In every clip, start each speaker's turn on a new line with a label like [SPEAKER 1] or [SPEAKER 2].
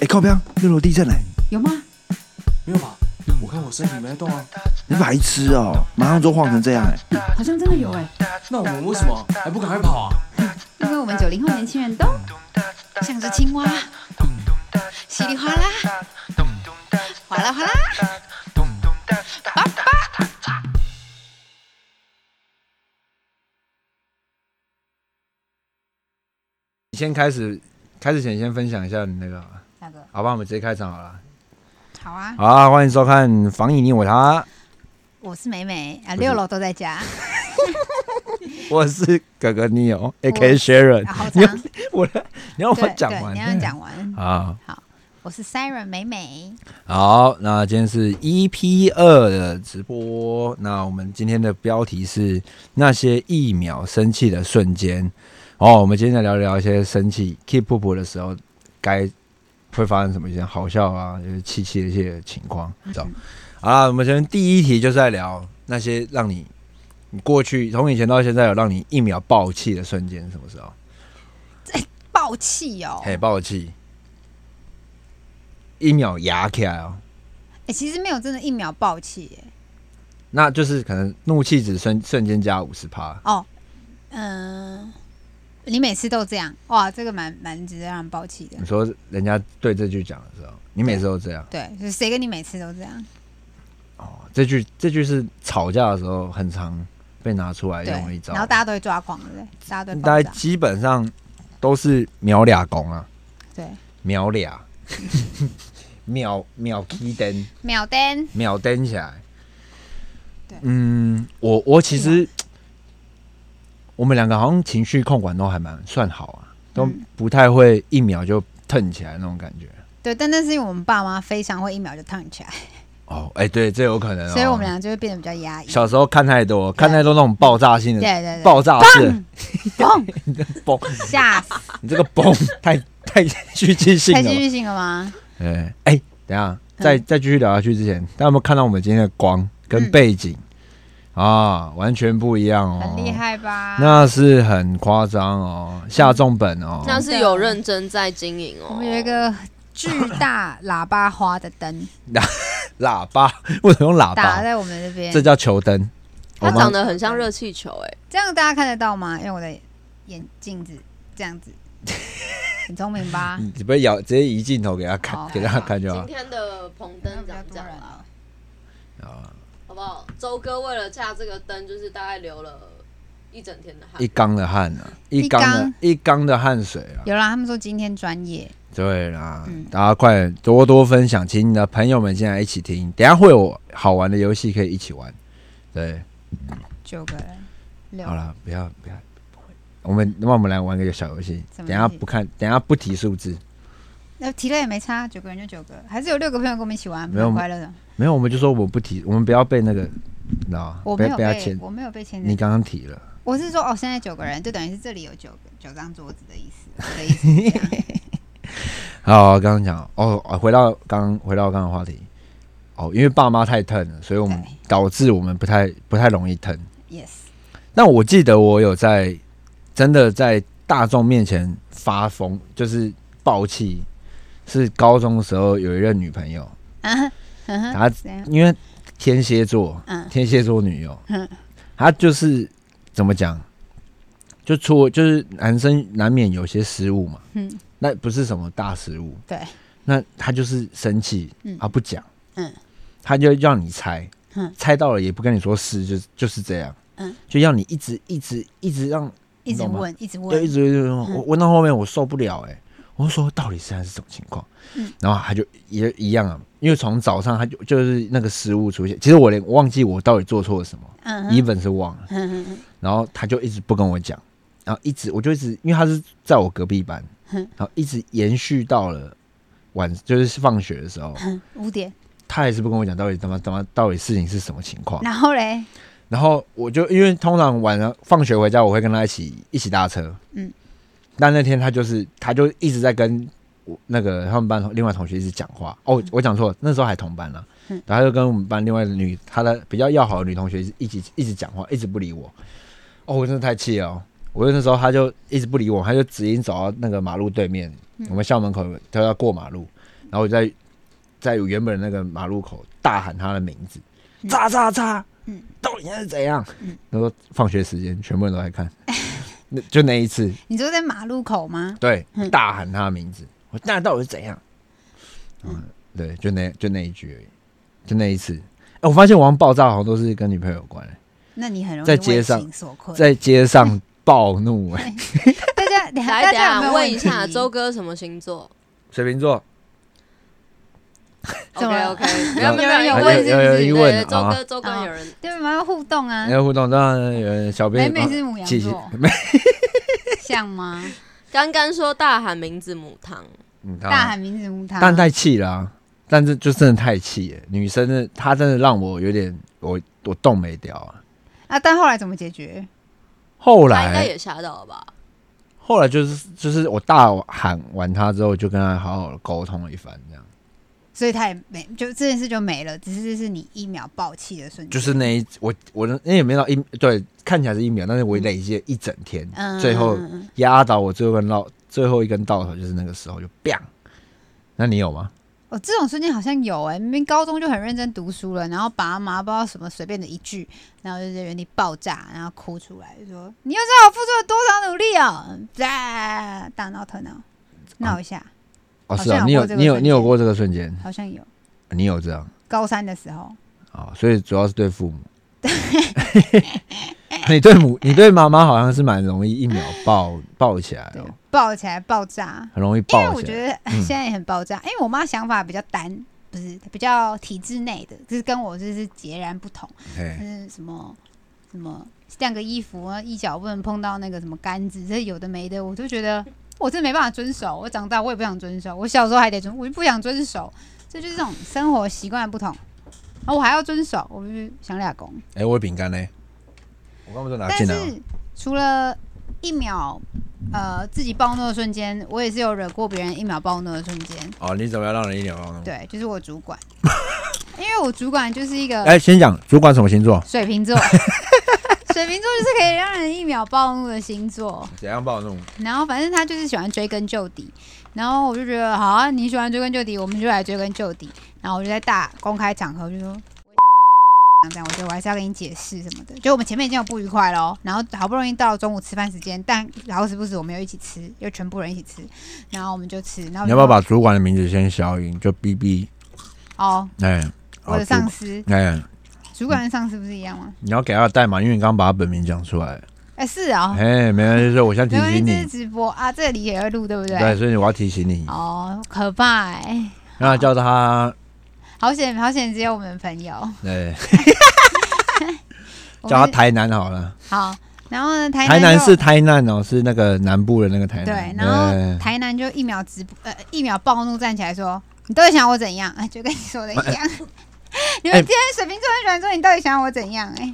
[SPEAKER 1] 哎，靠边，六楼地震嘞、
[SPEAKER 2] 有吗？
[SPEAKER 3] 没有吧？我看我身体没在动啊。
[SPEAKER 1] 你白痴哦、马上就晃成这样哎、
[SPEAKER 2] 好像真的有哎，
[SPEAKER 3] 那我们为什么还不赶快跑啊？
[SPEAKER 2] 因为我们九零后年轻人都像只青蛙，稀里哗啦，哗啦哗啦。
[SPEAKER 4] 你先开始，开始前先分享一下你那个好了，
[SPEAKER 2] 大哥，
[SPEAKER 4] 好吧？我们直接开场好了。
[SPEAKER 2] 好啊，
[SPEAKER 4] 好啊，欢迎收看《防疫你我他》，
[SPEAKER 2] 我是美美啊，六楼都在 家，
[SPEAKER 4] 我是哥哥 Neo A.K. Sharon
[SPEAKER 2] 啊。好
[SPEAKER 4] 你要
[SPEAKER 2] 长，
[SPEAKER 4] 我的，你要我
[SPEAKER 2] 对
[SPEAKER 4] 讲
[SPEAKER 2] 对，
[SPEAKER 4] 完
[SPEAKER 2] 你要讲完。
[SPEAKER 4] 啊。
[SPEAKER 2] 我是 Siren 美美，
[SPEAKER 4] 好，那今天是 EP 二的直播。那我们今天的标题是那些一秒生气的瞬间。哦，我们今天来聊聊一些生气 keep up 的时候该会发生什么一些好笑啊，就是气气的一些情况。走，好啦，我们先第一题就是在聊那些让你你过去从以前到现在有让你一秒爆气的瞬间，什么时候？
[SPEAKER 2] 爆气哦！
[SPEAKER 4] 嘿，爆气，一秒牙起来哦。
[SPEAKER 2] 哎，其实没有真的一秒爆气哎。
[SPEAKER 4] 那就是可能怒气值瞬瞬间加五十趴，
[SPEAKER 2] 哦，嗯，你每次都这样，哇，这个蛮蛮值得让人爆气的
[SPEAKER 4] 你。说人家对这句讲的时候，你每次都这样
[SPEAKER 2] 对，就是谁跟你每次都这样？
[SPEAKER 4] 哦。这句这句是吵架的时候很常被拿出来
[SPEAKER 2] 对
[SPEAKER 4] 用的一，招
[SPEAKER 2] 然，后大家都会抓狂，对不对？大家都会爆炸
[SPEAKER 4] 大家基本上都是秒俩攻啊，
[SPEAKER 2] 对，
[SPEAKER 4] 秒俩， 秒秒 key 灯，
[SPEAKER 2] 秒灯，
[SPEAKER 4] 秒灯起来
[SPEAKER 2] 对。
[SPEAKER 4] 嗯，我我其实我们两个好像情绪控管都还蛮算好啊，都
[SPEAKER 2] 嗯
[SPEAKER 4] 不太会一秒就腾起来那种感觉。
[SPEAKER 2] 对，但那是因为我们爸妈非常会一秒就啊烫起来，
[SPEAKER 4] 哦，哎、对，这有可能、哦。
[SPEAKER 2] 所以我们俩就会变得比较压 抑。
[SPEAKER 4] 小时候看太多，看太多那种爆炸性
[SPEAKER 2] 对
[SPEAKER 4] 的、
[SPEAKER 2] 对对，
[SPEAKER 4] 爆炸式
[SPEAKER 2] 嘣，
[SPEAKER 4] 的 崩，
[SPEAKER 2] 吓死！
[SPEAKER 4] 你这个崩太 太剧剧性
[SPEAKER 2] 太
[SPEAKER 4] 了
[SPEAKER 2] 戏
[SPEAKER 4] 吧。
[SPEAKER 2] 剧性了嗯吗？
[SPEAKER 4] 哎哎、等一下，再再继续聊下去之前，大家有没有看到我们今天的光跟
[SPEAKER 2] 嗯
[SPEAKER 4] 背景、啊，完全不一样哦，
[SPEAKER 2] 很厉，害啊吧？
[SPEAKER 4] 那是很夸张哦，下重本哦。
[SPEAKER 2] 嗯
[SPEAKER 5] 那是有认真在经营哦。
[SPEAKER 2] 我们有一个巨大喇叭花的灯
[SPEAKER 4] 喇叭 为什么用 喇
[SPEAKER 2] 打
[SPEAKER 4] 叭？
[SPEAKER 2] 在我们这边
[SPEAKER 4] 这，叫球灯。
[SPEAKER 5] 它
[SPEAKER 4] 我们
[SPEAKER 5] 长得很像热气球、哎，
[SPEAKER 2] 这样大家看得到吗？用我的眼镜子这样 子，很聪明吧？
[SPEAKER 4] 你不要摇，直接移镜头给他看，
[SPEAKER 2] 哦好
[SPEAKER 4] 给他看就好
[SPEAKER 5] 今。天的棚灯长这样啦，
[SPEAKER 4] 哦
[SPEAKER 5] 好不好？周哥为了架这个灯，就是大概流了一整天的汗
[SPEAKER 4] 一。缸的汗啊，一
[SPEAKER 2] 一
[SPEAKER 4] 缸的
[SPEAKER 2] 缸
[SPEAKER 4] 一缸的汗水啊。
[SPEAKER 2] 有啦，他们说今天专业，
[SPEAKER 4] 对啦，
[SPEAKER 2] 嗯
[SPEAKER 4] 大家快多多分享，请你的朋友们进来一起听。等一下会有好玩的游戏可以一起玩。对，
[SPEAKER 2] 九个人，六
[SPEAKER 4] 好了，不要不要，我们那我们来玩个小游戏。
[SPEAKER 2] 什
[SPEAKER 4] 等
[SPEAKER 2] 么
[SPEAKER 4] 一下
[SPEAKER 2] 游戏
[SPEAKER 4] 不看，等一下不提数字，
[SPEAKER 2] 那呃提了也没差，九个人就九个，还是有六个朋友跟我们一起玩，
[SPEAKER 4] 没有
[SPEAKER 2] 蛮快乐的。
[SPEAKER 4] 没有我们就说我不提，我们不要被那个，你知道吗
[SPEAKER 2] 我
[SPEAKER 4] 不
[SPEAKER 2] 没
[SPEAKER 4] 要
[SPEAKER 2] 有
[SPEAKER 4] 被他
[SPEAKER 2] 被
[SPEAKER 4] 牵，。
[SPEAKER 2] 我没有被牵
[SPEAKER 4] 你
[SPEAKER 2] 制。
[SPEAKER 4] 刚刚提了，
[SPEAKER 2] 我是说，哦，现在九个人，就等于是这里有九个九张桌子的意思，我的意 思 是这样。
[SPEAKER 4] 哦，刚刚讲哦，啊回到刚回到刚刚的话题。哦，因为爸妈太疼了，所以我们
[SPEAKER 2] 对
[SPEAKER 4] 导致我们不太不太容易疼。
[SPEAKER 2] yes，
[SPEAKER 4] 那我记得我有在真的在大众面前发疯，就是爆气，是高中的时候有一任女朋友，
[SPEAKER 2] 啊哈，嗯哼，
[SPEAKER 4] 她
[SPEAKER 2] 这样，
[SPEAKER 4] 因为天蝎座，
[SPEAKER 2] 嗯
[SPEAKER 4] 天蝎座女友
[SPEAKER 2] 嗯，
[SPEAKER 4] 她就是怎么讲，就出就是男生难免有些失误嘛，
[SPEAKER 2] 嗯，
[SPEAKER 4] 那不是什么大失误，
[SPEAKER 2] 对，
[SPEAKER 4] 那她就是生气
[SPEAKER 2] 嗯，
[SPEAKER 4] 她不讲，
[SPEAKER 2] 嗯，
[SPEAKER 4] 她就让你猜
[SPEAKER 2] 嗯，
[SPEAKER 4] 猜到了也不跟你说是，就就是这样，
[SPEAKER 2] 嗯，
[SPEAKER 4] 就要你一直一直一直让
[SPEAKER 2] 一
[SPEAKER 4] 你
[SPEAKER 2] 直
[SPEAKER 4] 懂吗
[SPEAKER 2] 问，一直
[SPEAKER 4] 就一
[SPEAKER 2] 问，嗯
[SPEAKER 4] 直一直我问到后面我受不了哎、我就说到底现在是什么情况？
[SPEAKER 2] 嗯
[SPEAKER 4] 然后他就也一样啊，因为从早上他就就是那个失误出现，其实我连忘记我到底做错了什么、
[SPEAKER 2] 嗯
[SPEAKER 4] e
[SPEAKER 2] 哼，
[SPEAKER 4] v e n 是忘了，
[SPEAKER 2] 嗯哼，
[SPEAKER 4] 然后他就一直不跟我讲，然后一直我就一直因为他是在我隔壁班，
[SPEAKER 2] 嗯
[SPEAKER 4] 然后一直延续到了晚就是放学的时候，
[SPEAKER 2] 嗯五点，
[SPEAKER 4] 他还是不跟我讲到底他妈他妈到底事情是什么情况，
[SPEAKER 2] 然后嘞，
[SPEAKER 4] 然后我就因为通常晚上放学回家，我会跟他一起一起搭车。嗯
[SPEAKER 2] 嗯，
[SPEAKER 4] 但那天他就是他就一直在跟我那个他们班同另外同学一直讲话。哦，我讲错了，那时候还同班了。
[SPEAKER 2] 嗯
[SPEAKER 4] 然后他就跟我们班另外的女他的比较要好的女同学一起一直讲话，一直不理我。哦，我真的太气了哦、我那时
[SPEAKER 2] 嗯
[SPEAKER 4] 候他就一直不理我，他就直接走到那个马路对面，我们校门口都要过马路，然后我在在原本那个马路口大喊他的名字，叉叉叉，
[SPEAKER 2] 嗯
[SPEAKER 4] 到底是怎样？他说放学时间全部人都 在看，那就那一次，
[SPEAKER 2] 你说在马路口吗？
[SPEAKER 4] 对
[SPEAKER 2] 嗯，
[SPEAKER 4] 大喊他的名字，我那到底是怎样？嗯，对，就那就那一句而已，就那一次。哎、我发现我好像爆炸好像都是跟女朋友有关、
[SPEAKER 2] 那你很容易
[SPEAKER 4] 在街上
[SPEAKER 2] 为情所困。
[SPEAKER 4] 在 街上暴怒、哎，
[SPEAKER 2] 大家，等一下
[SPEAKER 5] 来，
[SPEAKER 2] 大
[SPEAKER 5] 等
[SPEAKER 2] 家有没
[SPEAKER 5] 下
[SPEAKER 2] 有
[SPEAKER 5] 问一下
[SPEAKER 2] 问题
[SPEAKER 5] 周哥什么星座
[SPEAKER 4] 水瓶座，
[SPEAKER 2] 怎么
[SPEAKER 5] ？OK
[SPEAKER 2] 了
[SPEAKER 5] OK，没
[SPEAKER 4] 有
[SPEAKER 5] 有没有没
[SPEAKER 2] 有
[SPEAKER 5] 有
[SPEAKER 2] 人
[SPEAKER 5] 问
[SPEAKER 2] 有
[SPEAKER 5] 是
[SPEAKER 2] 有
[SPEAKER 5] 不
[SPEAKER 4] 有
[SPEAKER 5] 是？
[SPEAKER 4] 疑
[SPEAKER 5] 对
[SPEAKER 4] 问
[SPEAKER 5] 对，周
[SPEAKER 4] 啊
[SPEAKER 5] 哥周哥
[SPEAKER 2] 好
[SPEAKER 5] 有人
[SPEAKER 2] 对，我们要互动啊
[SPEAKER 4] 那。哎个互动当然有人小啊
[SPEAKER 2] 美
[SPEAKER 4] 编
[SPEAKER 2] 美是母羊
[SPEAKER 4] 姐姐
[SPEAKER 2] 座，像吗？
[SPEAKER 5] 刚刚说大喊名字母汤，
[SPEAKER 4] 嗯，当
[SPEAKER 2] 大
[SPEAKER 4] 然
[SPEAKER 2] 喊名字母汤，
[SPEAKER 4] 但太气了啊、但是就真的太气了，女生的她真的让我有点我我动没掉啊。
[SPEAKER 2] 啊，但后来怎么解决？
[SPEAKER 4] 后
[SPEAKER 5] 他应该
[SPEAKER 4] 来
[SPEAKER 5] 也吓到了吧？
[SPEAKER 4] 后来就是就是我大喊完她之后，就跟她好好的沟通了一番，这样
[SPEAKER 2] 所以他也没，就这件事就没了，只是这是你一秒爆气的瞬间，
[SPEAKER 4] 就是那一我我那也没到一对看起来是一秒，但是我累积了一整天，
[SPEAKER 2] 嗯
[SPEAKER 4] 最后
[SPEAKER 2] 嗯嗯嗯
[SPEAKER 4] 压倒我最后一根稻最后一根稻草就是那个时候就 bang。那你有吗？
[SPEAKER 2] 哦，这种瞬间好像有哎、明明高中就很认真读书了，然后爸妈不知道什么随便的一句，然后就在原地爆炸，然后哭出来，就说你要知道我付出了多少努力哦，啊，大闹特闹，闹一下，
[SPEAKER 4] 哦，
[SPEAKER 2] 好
[SPEAKER 4] 是啊，
[SPEAKER 2] 像
[SPEAKER 4] 你
[SPEAKER 2] 有过
[SPEAKER 4] 有
[SPEAKER 2] 这个
[SPEAKER 4] 你有
[SPEAKER 2] 瞬
[SPEAKER 4] 你有
[SPEAKER 2] 间
[SPEAKER 4] 过这个瞬间，
[SPEAKER 2] 好像有。
[SPEAKER 4] 你有这样。
[SPEAKER 2] 高三的时候，
[SPEAKER 4] 啊、所以主要是对父母。 你对母，你对妈妈好像是蛮容易一秒爆爆起来
[SPEAKER 2] 对
[SPEAKER 4] 哦，，
[SPEAKER 2] 爆起来爆炸，
[SPEAKER 4] 很容易
[SPEAKER 2] 因为
[SPEAKER 4] 爆
[SPEAKER 2] 我
[SPEAKER 4] 起来。嗯
[SPEAKER 2] 觉得 现在也很爆炸，因为我妈想法比较单，不是比较体制内的，就是跟我就是截然不同，就
[SPEAKER 4] 嘿
[SPEAKER 2] 是什么什么晾个衣服啊，一脚不能碰到那个什么杆子，这有的没的，我就觉得我真的没办法遵守。我长大我也不想遵守，我小时候还得遵，我就不想遵守，这就是这种生活习惯不同。然后我还要遵守，我就是想俩工。
[SPEAKER 4] 哎、我的饼干呢？我刚不是拿
[SPEAKER 2] 但
[SPEAKER 4] 进来
[SPEAKER 2] 是除了一秒呃自己暴怒的瞬间，我也是有惹过别人一秒暴怒的瞬间。
[SPEAKER 4] 哦，你怎么要让人一秒爆怒？
[SPEAKER 2] 对，就是我主管， 因为我主管就是一个
[SPEAKER 4] 哎、先讲主管什么星座？
[SPEAKER 2] 水瓶 座，水瓶座就是可以让人一秒暴怒的星座。
[SPEAKER 4] 怎样暴怒？
[SPEAKER 2] 然后反正他就是喜欢追根究底，然后我就觉得好啊，你喜欢追根究底，我们就来追根究底。然后我就在大公开场合就说，我想要怎样怎样怎样怎样，我觉得我还是要跟你解释什么的。就我们前面已经有不愉快喽，然后好不容易到了中午吃饭时间，但好死不死我们又一起吃，又全部人一起吃，然后我们就吃。然后我
[SPEAKER 4] 你
[SPEAKER 2] 就
[SPEAKER 4] 要不
[SPEAKER 2] 说
[SPEAKER 4] 要把主管的名字先消音？就 B B，
[SPEAKER 2] 哦，
[SPEAKER 4] 哎、
[SPEAKER 2] 我
[SPEAKER 4] 好
[SPEAKER 2] 的上司、
[SPEAKER 4] 主哎、
[SPEAKER 2] 主管的上司不是一样吗？
[SPEAKER 4] 你要给他的代码，因为你刚刚把他本名讲出来。
[SPEAKER 2] 哎、是啊、
[SPEAKER 4] 哎、没关系，所以我先提
[SPEAKER 2] 没关系，
[SPEAKER 4] 醒
[SPEAKER 2] 这是
[SPEAKER 4] 你。
[SPEAKER 2] 直播啊，这里也会录，对不对？
[SPEAKER 4] 对，所以我要提醒你，
[SPEAKER 2] 哦，可怕哎、
[SPEAKER 4] 然后叫他，
[SPEAKER 2] 好险好险，只有我们的朋友，
[SPEAKER 4] 哎、
[SPEAKER 2] 我
[SPEAKER 4] 叫他
[SPEAKER 2] 们
[SPEAKER 4] 台南好了。
[SPEAKER 2] 好。然后呢，台
[SPEAKER 4] 台南
[SPEAKER 2] 南就是
[SPEAKER 4] 台南哦，是那个南部的那个台南。
[SPEAKER 2] 对，然后
[SPEAKER 4] 对
[SPEAKER 2] 台南就一秒直播，呃，一秒暴怒站起来说：“你到底想我怎样？”哎，就跟你说的一样。 你们今天水瓶座很喜欢说你到底想我怎样？哎，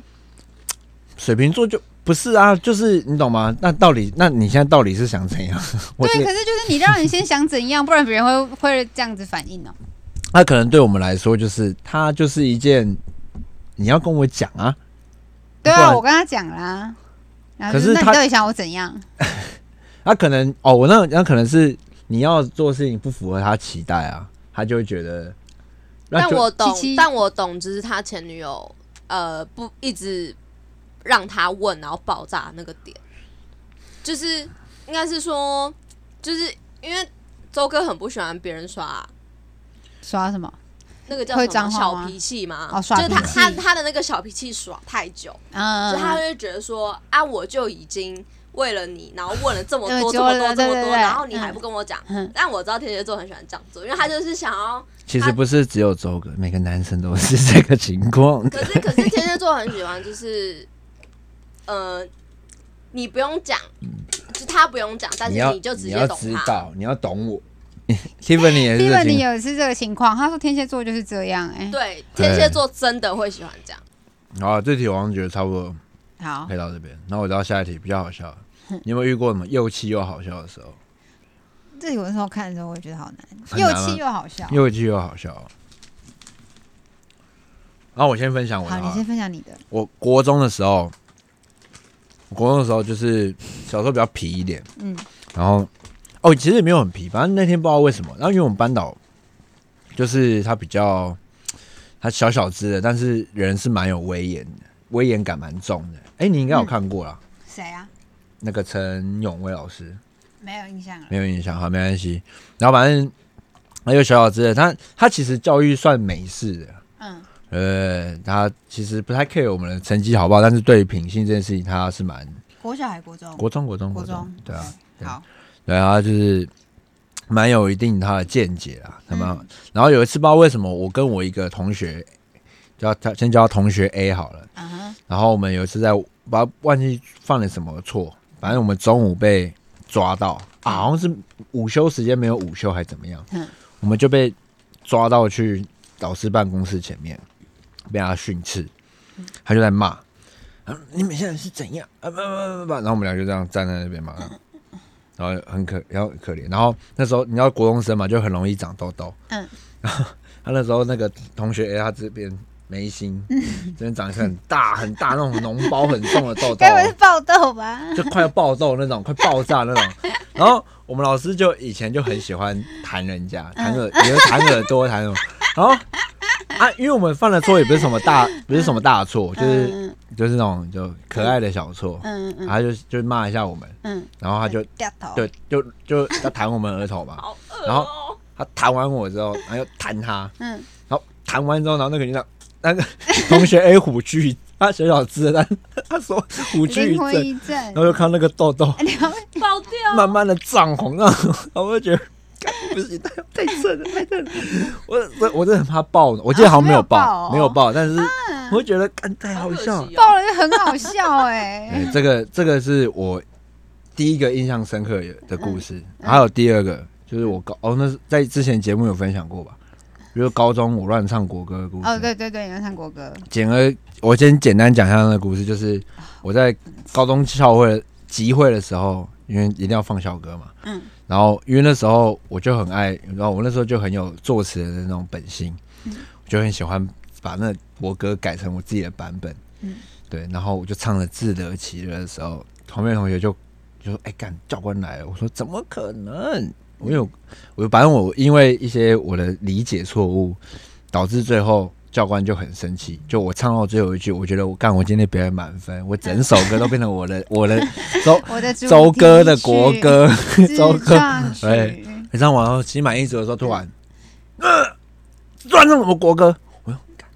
[SPEAKER 4] 水瓶座就不是啊，就是你懂吗？那到底，那你现在到底是想怎样？ 我
[SPEAKER 2] 对，
[SPEAKER 4] 觉
[SPEAKER 2] 可
[SPEAKER 4] 得
[SPEAKER 2] 是就是你让人先想怎样，不然别人会会这样子反应哦。
[SPEAKER 4] 那可能对我们来说，就是它就是一件你要跟我讲啊，
[SPEAKER 2] 对
[SPEAKER 4] 不
[SPEAKER 2] 啊，
[SPEAKER 4] 然
[SPEAKER 2] 我跟他讲啦。然后就
[SPEAKER 4] 可是
[SPEAKER 2] 那你
[SPEAKER 4] 他
[SPEAKER 2] 到底想我怎样？
[SPEAKER 4] 那可能哦，我那那可能是你要做的事情不符合他期待啊，他就会觉得。那
[SPEAKER 5] 但
[SPEAKER 4] 就
[SPEAKER 5] 我懂
[SPEAKER 2] 七七，
[SPEAKER 5] 但我懂，就是他前女友呃不一直让他问，然后爆炸那个点，就是应该是说，就是因为周哥很不喜欢别人耍
[SPEAKER 2] 刷什么？
[SPEAKER 5] 那个叫
[SPEAKER 2] 会
[SPEAKER 5] 什
[SPEAKER 2] 脏
[SPEAKER 5] 么
[SPEAKER 2] 话吗
[SPEAKER 5] 小脾气嘛，
[SPEAKER 2] 哦耍
[SPEAKER 5] 就是他
[SPEAKER 2] 脾气
[SPEAKER 5] 他他的那个小脾气耍太久，
[SPEAKER 2] 嗯，
[SPEAKER 5] 所以他就会觉得说啊，我就已经。为了你，然后问了 这么
[SPEAKER 2] 对
[SPEAKER 5] 多、这么
[SPEAKER 2] 就
[SPEAKER 5] 多、
[SPEAKER 2] 了
[SPEAKER 5] 这么
[SPEAKER 2] 对对
[SPEAKER 5] 多，
[SPEAKER 2] 对
[SPEAKER 5] 然后你
[SPEAKER 2] 嗯
[SPEAKER 5] 还不跟我讲
[SPEAKER 2] 嗯。
[SPEAKER 5] 但我知道天蝎座很喜欢这样做，因为他就是想要
[SPEAKER 4] 其实不是只有周哥，每个男生都是这个情况。
[SPEAKER 5] 可是可是天蝎座很喜欢，就是呃，你不用讲，就他不用讲， 但
[SPEAKER 4] 你
[SPEAKER 5] 是
[SPEAKER 4] 要
[SPEAKER 5] 你就直
[SPEAKER 4] 你
[SPEAKER 5] 接
[SPEAKER 4] 要
[SPEAKER 5] 懂
[SPEAKER 4] 知
[SPEAKER 5] 他。
[SPEAKER 4] 道，你要懂我。Tiffany 也是这
[SPEAKER 2] Steven
[SPEAKER 4] 个情况
[SPEAKER 2] 有一次这个情况，他说天蝎座就是这样。哎，
[SPEAKER 5] 对，天蝎座真的会喜欢这样。
[SPEAKER 4] 好，哦这题我好像觉得差不多。
[SPEAKER 2] 好
[SPEAKER 4] 可，以到这边。那我知道下一题比较好笑，你有没有遇过什么又气又好笑的时候？
[SPEAKER 2] 这有的时候看的时候，我也觉得好难，
[SPEAKER 4] 很
[SPEAKER 2] 又
[SPEAKER 4] 难吗
[SPEAKER 2] 气又好笑。
[SPEAKER 4] 又气又好笑。然后我先分享我的
[SPEAKER 2] 好，
[SPEAKER 4] 好
[SPEAKER 2] 你
[SPEAKER 4] 了。啊
[SPEAKER 2] 先分享你的。
[SPEAKER 4] 我国中的时候，我国中的时候就是小时候比较皮一点，
[SPEAKER 2] 嗯
[SPEAKER 4] 然后哦，其实也没有很皮，反正那天不知道为什么，然后因为我们班导就是他比较他小小只的，但是人是蛮有威严的，威严感蛮重的。哎、你应
[SPEAKER 2] 嗯
[SPEAKER 4] 该有看过啦，
[SPEAKER 2] 谁啊？
[SPEAKER 4] 那个陈永威老师
[SPEAKER 2] 没有印象了。
[SPEAKER 4] 没有印象，好，没关系。然后反正还有小小只的，他他其实教育算美式的，
[SPEAKER 2] 嗯，
[SPEAKER 4] 呃，他其实不太 care 我们的成绩好不好，但是对于品性这件事情，他是蛮
[SPEAKER 2] 国小还国中？
[SPEAKER 4] 国中国中
[SPEAKER 2] 国
[SPEAKER 4] 中
[SPEAKER 2] 中，嗯
[SPEAKER 4] 对啊，对
[SPEAKER 2] 好，
[SPEAKER 4] 对啊，他就是蛮有一定他的见解啦，他们、
[SPEAKER 2] 嗯
[SPEAKER 4] 然后有一次不知道为什么，我跟我一个同学，叫他先叫他同学 A 好了，
[SPEAKER 2] 嗯哼，
[SPEAKER 4] 然后我们有一次在把忘记犯了什么错，反正我们中午被抓到啊，好像是午休时间没有午休还怎么样，
[SPEAKER 2] 嗯
[SPEAKER 4] 我们就被抓到去老师办公室前面被他训斥，
[SPEAKER 2] 嗯
[SPEAKER 4] 他就在骂。啊你们现在是怎样？啊不不不不不！然后我们俩就这样站在那边嘛，
[SPEAKER 2] 嗯
[SPEAKER 4] 然后很可，然后可怜。然后那时候你知道国中生嘛，就很容易长痘痘。
[SPEAKER 2] 嗯。
[SPEAKER 4] 然后他那时候那个同学，哎、他这边眉心，
[SPEAKER 2] 嗯
[SPEAKER 4] 这边长一个很大很大那种脓包很重的痘痘
[SPEAKER 2] 该不
[SPEAKER 4] 哦，
[SPEAKER 2] 会是爆痘吧？
[SPEAKER 4] 就快要爆痘那种，快爆炸那种。然后我们老师就以前就很喜欢弹人家，弹耳，
[SPEAKER 2] 嗯
[SPEAKER 4] 也是弹耳朵，弹什么。然后啊，因为我们犯了错也不是什么大，不是什么大错，就是
[SPEAKER 2] 嗯
[SPEAKER 4] 就是那种就可爱的小错，
[SPEAKER 2] 嗯
[SPEAKER 4] 然
[SPEAKER 2] 嗯
[SPEAKER 4] 后他就就骂一下我们，
[SPEAKER 2] 嗯，
[SPEAKER 4] 然后他就
[SPEAKER 2] 掉头。
[SPEAKER 4] 对，就就要弹我们额头嘛。
[SPEAKER 5] 好饿
[SPEAKER 4] 然
[SPEAKER 5] 哦。
[SPEAKER 4] 他弹完我之后，然后又弹他，
[SPEAKER 2] 嗯，
[SPEAKER 4] 然后弹完之后，然后那个就让 那个同学 A 虎踞，他小小只的，但他说虎踞一
[SPEAKER 2] 灵魂
[SPEAKER 4] 阵，
[SPEAKER 2] 一震。
[SPEAKER 4] 然后就看那个痘痘
[SPEAKER 2] 哎你好
[SPEAKER 5] 爆掉！
[SPEAKER 4] 慢慢的涨红，那种，然 后我就觉得。干不行，太太正了，太 正了！我我我真的很怕爆，我记得好像没有爆，
[SPEAKER 2] 啊
[SPEAKER 4] 没
[SPEAKER 2] 没
[SPEAKER 4] 有
[SPEAKER 2] 有
[SPEAKER 4] 爆，但是我会觉得干太好笑了。
[SPEAKER 5] 哦
[SPEAKER 2] 爆了就很好笑 哎。
[SPEAKER 4] 对，这个这个是我第一个印象深刻的故
[SPEAKER 2] 嗯
[SPEAKER 4] 事，还有第二个就是我高哦，那是在之前节目有分享过吧？比如高中我乱唱国歌的故事。
[SPEAKER 2] 哦，对对对，你要唱国歌。
[SPEAKER 4] 简而我先简单讲一下那个故事，就是我在高中校会集会的时候，因为一定要放校歌嘛，
[SPEAKER 2] 嗯，
[SPEAKER 4] 然后因为那时候我就很爱，然后我那时候就很有作词的那种本性，
[SPEAKER 2] 嗯
[SPEAKER 4] 我就很喜欢把那国歌改成我自己的版本，
[SPEAKER 2] 嗯，
[SPEAKER 4] 对，然后我就唱了自得其乐的时候，旁边的同学就就说：“哎、干教官来了！”我说：“怎么可能？”我有我反正我因为一些我的理解错误，导致最后教官就很生气。就我唱到最后一句，我觉得我干，我今天表演满分，我整首歌都变成我的我的周
[SPEAKER 2] 我 的主
[SPEAKER 4] 周
[SPEAKER 2] 题
[SPEAKER 4] 歌的国
[SPEAKER 2] 曲，
[SPEAKER 4] 歌， 周哎
[SPEAKER 2] 周
[SPEAKER 4] 歌。对
[SPEAKER 2] 曲，
[SPEAKER 4] 你唱完后心满意足的时候，突然，呃，乱唱什么国歌？我说干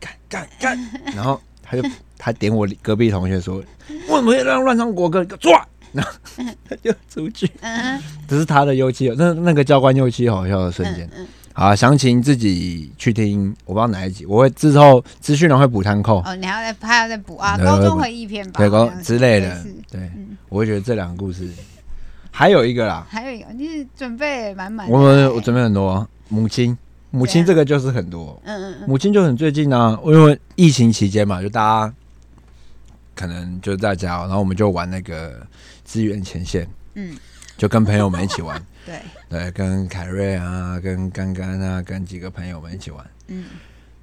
[SPEAKER 4] 干干干 干，然后他就他点我隔壁同学说，为什么要乱乱唱国歌？你给我出来！然后他就出去。
[SPEAKER 2] 嗯
[SPEAKER 4] 这是他的忧戚，那那个教官忧戚好笑的瞬间
[SPEAKER 2] 嗯。嗯，
[SPEAKER 4] 好啊，详情自己去听，我不知道哪一集，我会之后资讯栏会补摊扣，
[SPEAKER 2] 哦，你还要再还要再补啊，
[SPEAKER 4] 对
[SPEAKER 2] 高中回忆片吧，
[SPEAKER 4] 对，
[SPEAKER 2] 好
[SPEAKER 4] 高
[SPEAKER 2] 像是
[SPEAKER 4] 之类
[SPEAKER 2] 类
[SPEAKER 4] 的
[SPEAKER 2] 似，
[SPEAKER 4] 对
[SPEAKER 2] 嗯，
[SPEAKER 4] 我会觉得这两个故事，还有一个啦，
[SPEAKER 2] 还有一个，你准备满满的欸。
[SPEAKER 4] 我们我准备很多啊母亲，母亲
[SPEAKER 2] 对啊
[SPEAKER 4] 这个就是很多，
[SPEAKER 2] 嗯嗯嗯
[SPEAKER 4] 母亲就很最近啊，因为疫情期间嘛，就大家可能就在家，然后我们就玩那个资源前线，
[SPEAKER 2] 嗯，
[SPEAKER 4] 就跟朋友们一起 玩，
[SPEAKER 2] 对，
[SPEAKER 4] 对，跟凯瑞啊，跟干干啊，跟几个朋友们一起玩。
[SPEAKER 2] 嗯，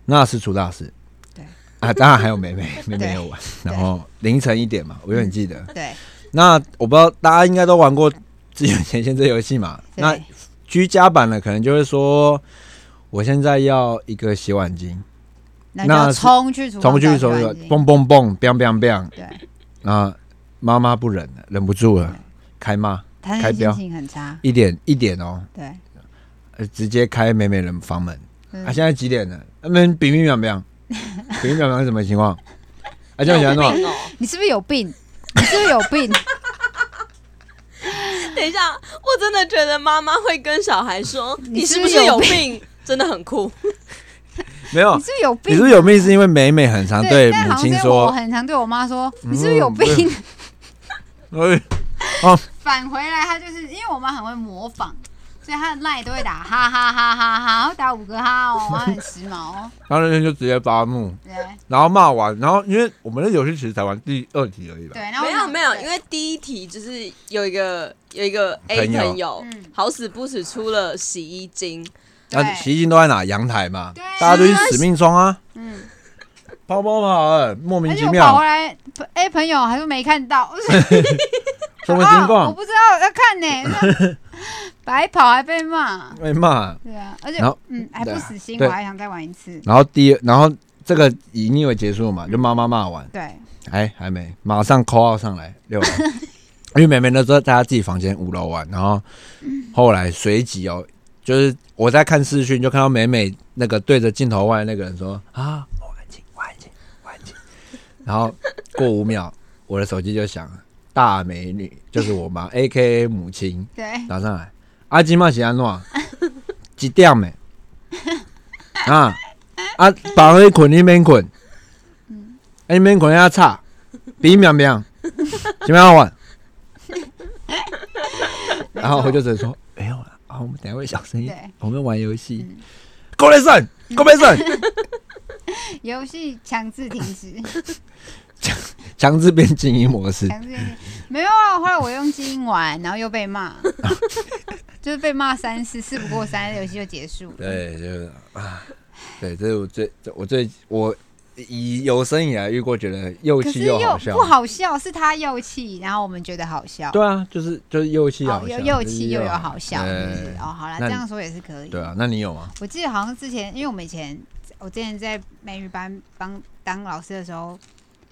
[SPEAKER 4] 那是出大事。
[SPEAKER 2] 对
[SPEAKER 4] 啊，当然还有妹 妹，妹妹
[SPEAKER 2] 对
[SPEAKER 4] 有玩。然后凌晨一点嘛，我永远记得。
[SPEAKER 2] 对
[SPEAKER 4] 那我不知道大家应该都玩过《自由前线》这游戏嘛？
[SPEAKER 2] 对
[SPEAKER 4] 那居家版的可能就会说，我现在要一个洗碗巾，
[SPEAKER 2] 那
[SPEAKER 4] 那
[SPEAKER 2] 就是冲去厨
[SPEAKER 4] 冲
[SPEAKER 2] 房
[SPEAKER 4] 过去
[SPEAKER 2] 找
[SPEAKER 4] 的时
[SPEAKER 2] 洗
[SPEAKER 4] 候就
[SPEAKER 2] 碗机
[SPEAKER 4] 蹦蹦蹦，biang biang biang。
[SPEAKER 2] 对，
[SPEAKER 4] 那妈妈不忍了，忍不住了，开骂，
[SPEAKER 2] 他
[SPEAKER 4] 开
[SPEAKER 2] 那
[SPEAKER 4] 标
[SPEAKER 2] 心情很差，
[SPEAKER 4] 一点一点哦，
[SPEAKER 2] 对，
[SPEAKER 4] 呃直接开美美人房门。
[SPEAKER 2] 嗯
[SPEAKER 4] 啊，现在几点了？他们比比 秒秒，比比秒秒是什么情况？啊，这样想
[SPEAKER 5] 有
[SPEAKER 4] 弄
[SPEAKER 5] 病哦！
[SPEAKER 2] 你是不是有病？你是不是有病？
[SPEAKER 5] 等一下，我真的觉得妈妈会跟小孩说：“
[SPEAKER 2] 你
[SPEAKER 5] 你是
[SPEAKER 2] 是
[SPEAKER 5] 不
[SPEAKER 2] 不是
[SPEAKER 5] 是有
[SPEAKER 2] 有
[SPEAKER 5] 病？”真的很 酷，
[SPEAKER 4] 没有
[SPEAKER 2] 你是？不是有病？
[SPEAKER 4] 你是不是有病？是因为美美很常对
[SPEAKER 2] 但
[SPEAKER 4] 母
[SPEAKER 2] 好像
[SPEAKER 4] 亲
[SPEAKER 2] 是我
[SPEAKER 4] 说
[SPEAKER 2] 很常对我妈说，你是不是有
[SPEAKER 4] 嗯
[SPEAKER 2] 病？
[SPEAKER 4] 哎
[SPEAKER 2] 返回来，他就是因为我妈很会模仿，所以她的赖都会打哈哈哈哈哈，会打五个哈哦，我妈很时髦哦。
[SPEAKER 4] 然后那天就直接发怒，
[SPEAKER 2] 对
[SPEAKER 4] 然后骂完，然后因为我们的游戏其实才玩第二题而已吧
[SPEAKER 2] 对，。然后
[SPEAKER 5] 没有没有，因
[SPEAKER 2] 为
[SPEAKER 5] 为第一题就是有一个有一个 A
[SPEAKER 4] 朋友
[SPEAKER 5] 朋友
[SPEAKER 2] 嗯
[SPEAKER 5] 好死不死出了洗衣精，
[SPEAKER 4] 那洗衣精都在哪？阳台嘛
[SPEAKER 2] 对，
[SPEAKER 4] 大家都去死命冲啊，
[SPEAKER 2] 嗯，
[SPEAKER 4] 跑跑跑，哎莫名
[SPEAKER 2] 而且
[SPEAKER 4] 其
[SPEAKER 2] 我跑
[SPEAKER 4] 妙
[SPEAKER 2] 回，来，哎、朋友还说没看到，我说
[SPEAKER 4] 什么情
[SPEAKER 2] 啊我
[SPEAKER 4] 况？
[SPEAKER 2] 不知道要看呢、白跑还被骂。
[SPEAKER 4] 被骂。
[SPEAKER 2] 对啊，而且
[SPEAKER 4] 然后
[SPEAKER 2] 嗯还
[SPEAKER 4] 对
[SPEAKER 2] 不
[SPEAKER 4] 啊
[SPEAKER 2] 死心，
[SPEAKER 4] 对
[SPEAKER 2] 我还想再玩一次。
[SPEAKER 4] 然后第二，然后这个已经以为结束了嘛，就妈妈骂完，
[SPEAKER 2] 对，
[SPEAKER 4] 哎，还没，马上 call out 上来六楼，因为妹妹那时候在她自己房间五楼玩，然后后来随即哦，就是我在看视讯，就看到美美那个对着镜头外那个人说啊，我安静，我安静，我安静，然后过五秒，我的手机就响了，大美女就是我妈，A K A 母亲
[SPEAKER 2] 对，
[SPEAKER 4] 打上来，阿基啊嘛是安怎？ 几点的？ 啊啊，房里困你免困，啊你免困遐吵，比明明，怎么 样玩？然后我就只能说没有了啊，我们等一下会小声一点
[SPEAKER 2] 对，嗯
[SPEAKER 4] 我们玩游戏。Go listen, go listen，
[SPEAKER 2] 游戏强制停止，
[SPEAKER 4] 强制变静音模式。
[SPEAKER 2] 强制停止。没有啊，后来我用基因玩，然后又被 骂，就是被骂三次，事不过三，游戏就结束了。
[SPEAKER 4] 对，就是啊，对，这是我最这我最我以有生以来遇过觉得又
[SPEAKER 2] 可是
[SPEAKER 4] 气又
[SPEAKER 2] 又
[SPEAKER 4] 好笑
[SPEAKER 2] 不。好笑，是他又气，然后我们觉得好笑。
[SPEAKER 4] 对啊，就是就是又气
[SPEAKER 2] 哦，
[SPEAKER 4] 好
[SPEAKER 2] 又
[SPEAKER 4] 笑，
[SPEAKER 2] 又
[SPEAKER 4] 就是
[SPEAKER 2] 气又有好笑，是不是
[SPEAKER 4] 对
[SPEAKER 2] 哦，好啦，
[SPEAKER 4] 那
[SPEAKER 2] 这样说也是可以。
[SPEAKER 4] 对啊，那你有吗？
[SPEAKER 2] 我记得好像之前，因为我们以前，我之前在美语班帮当老师的时候，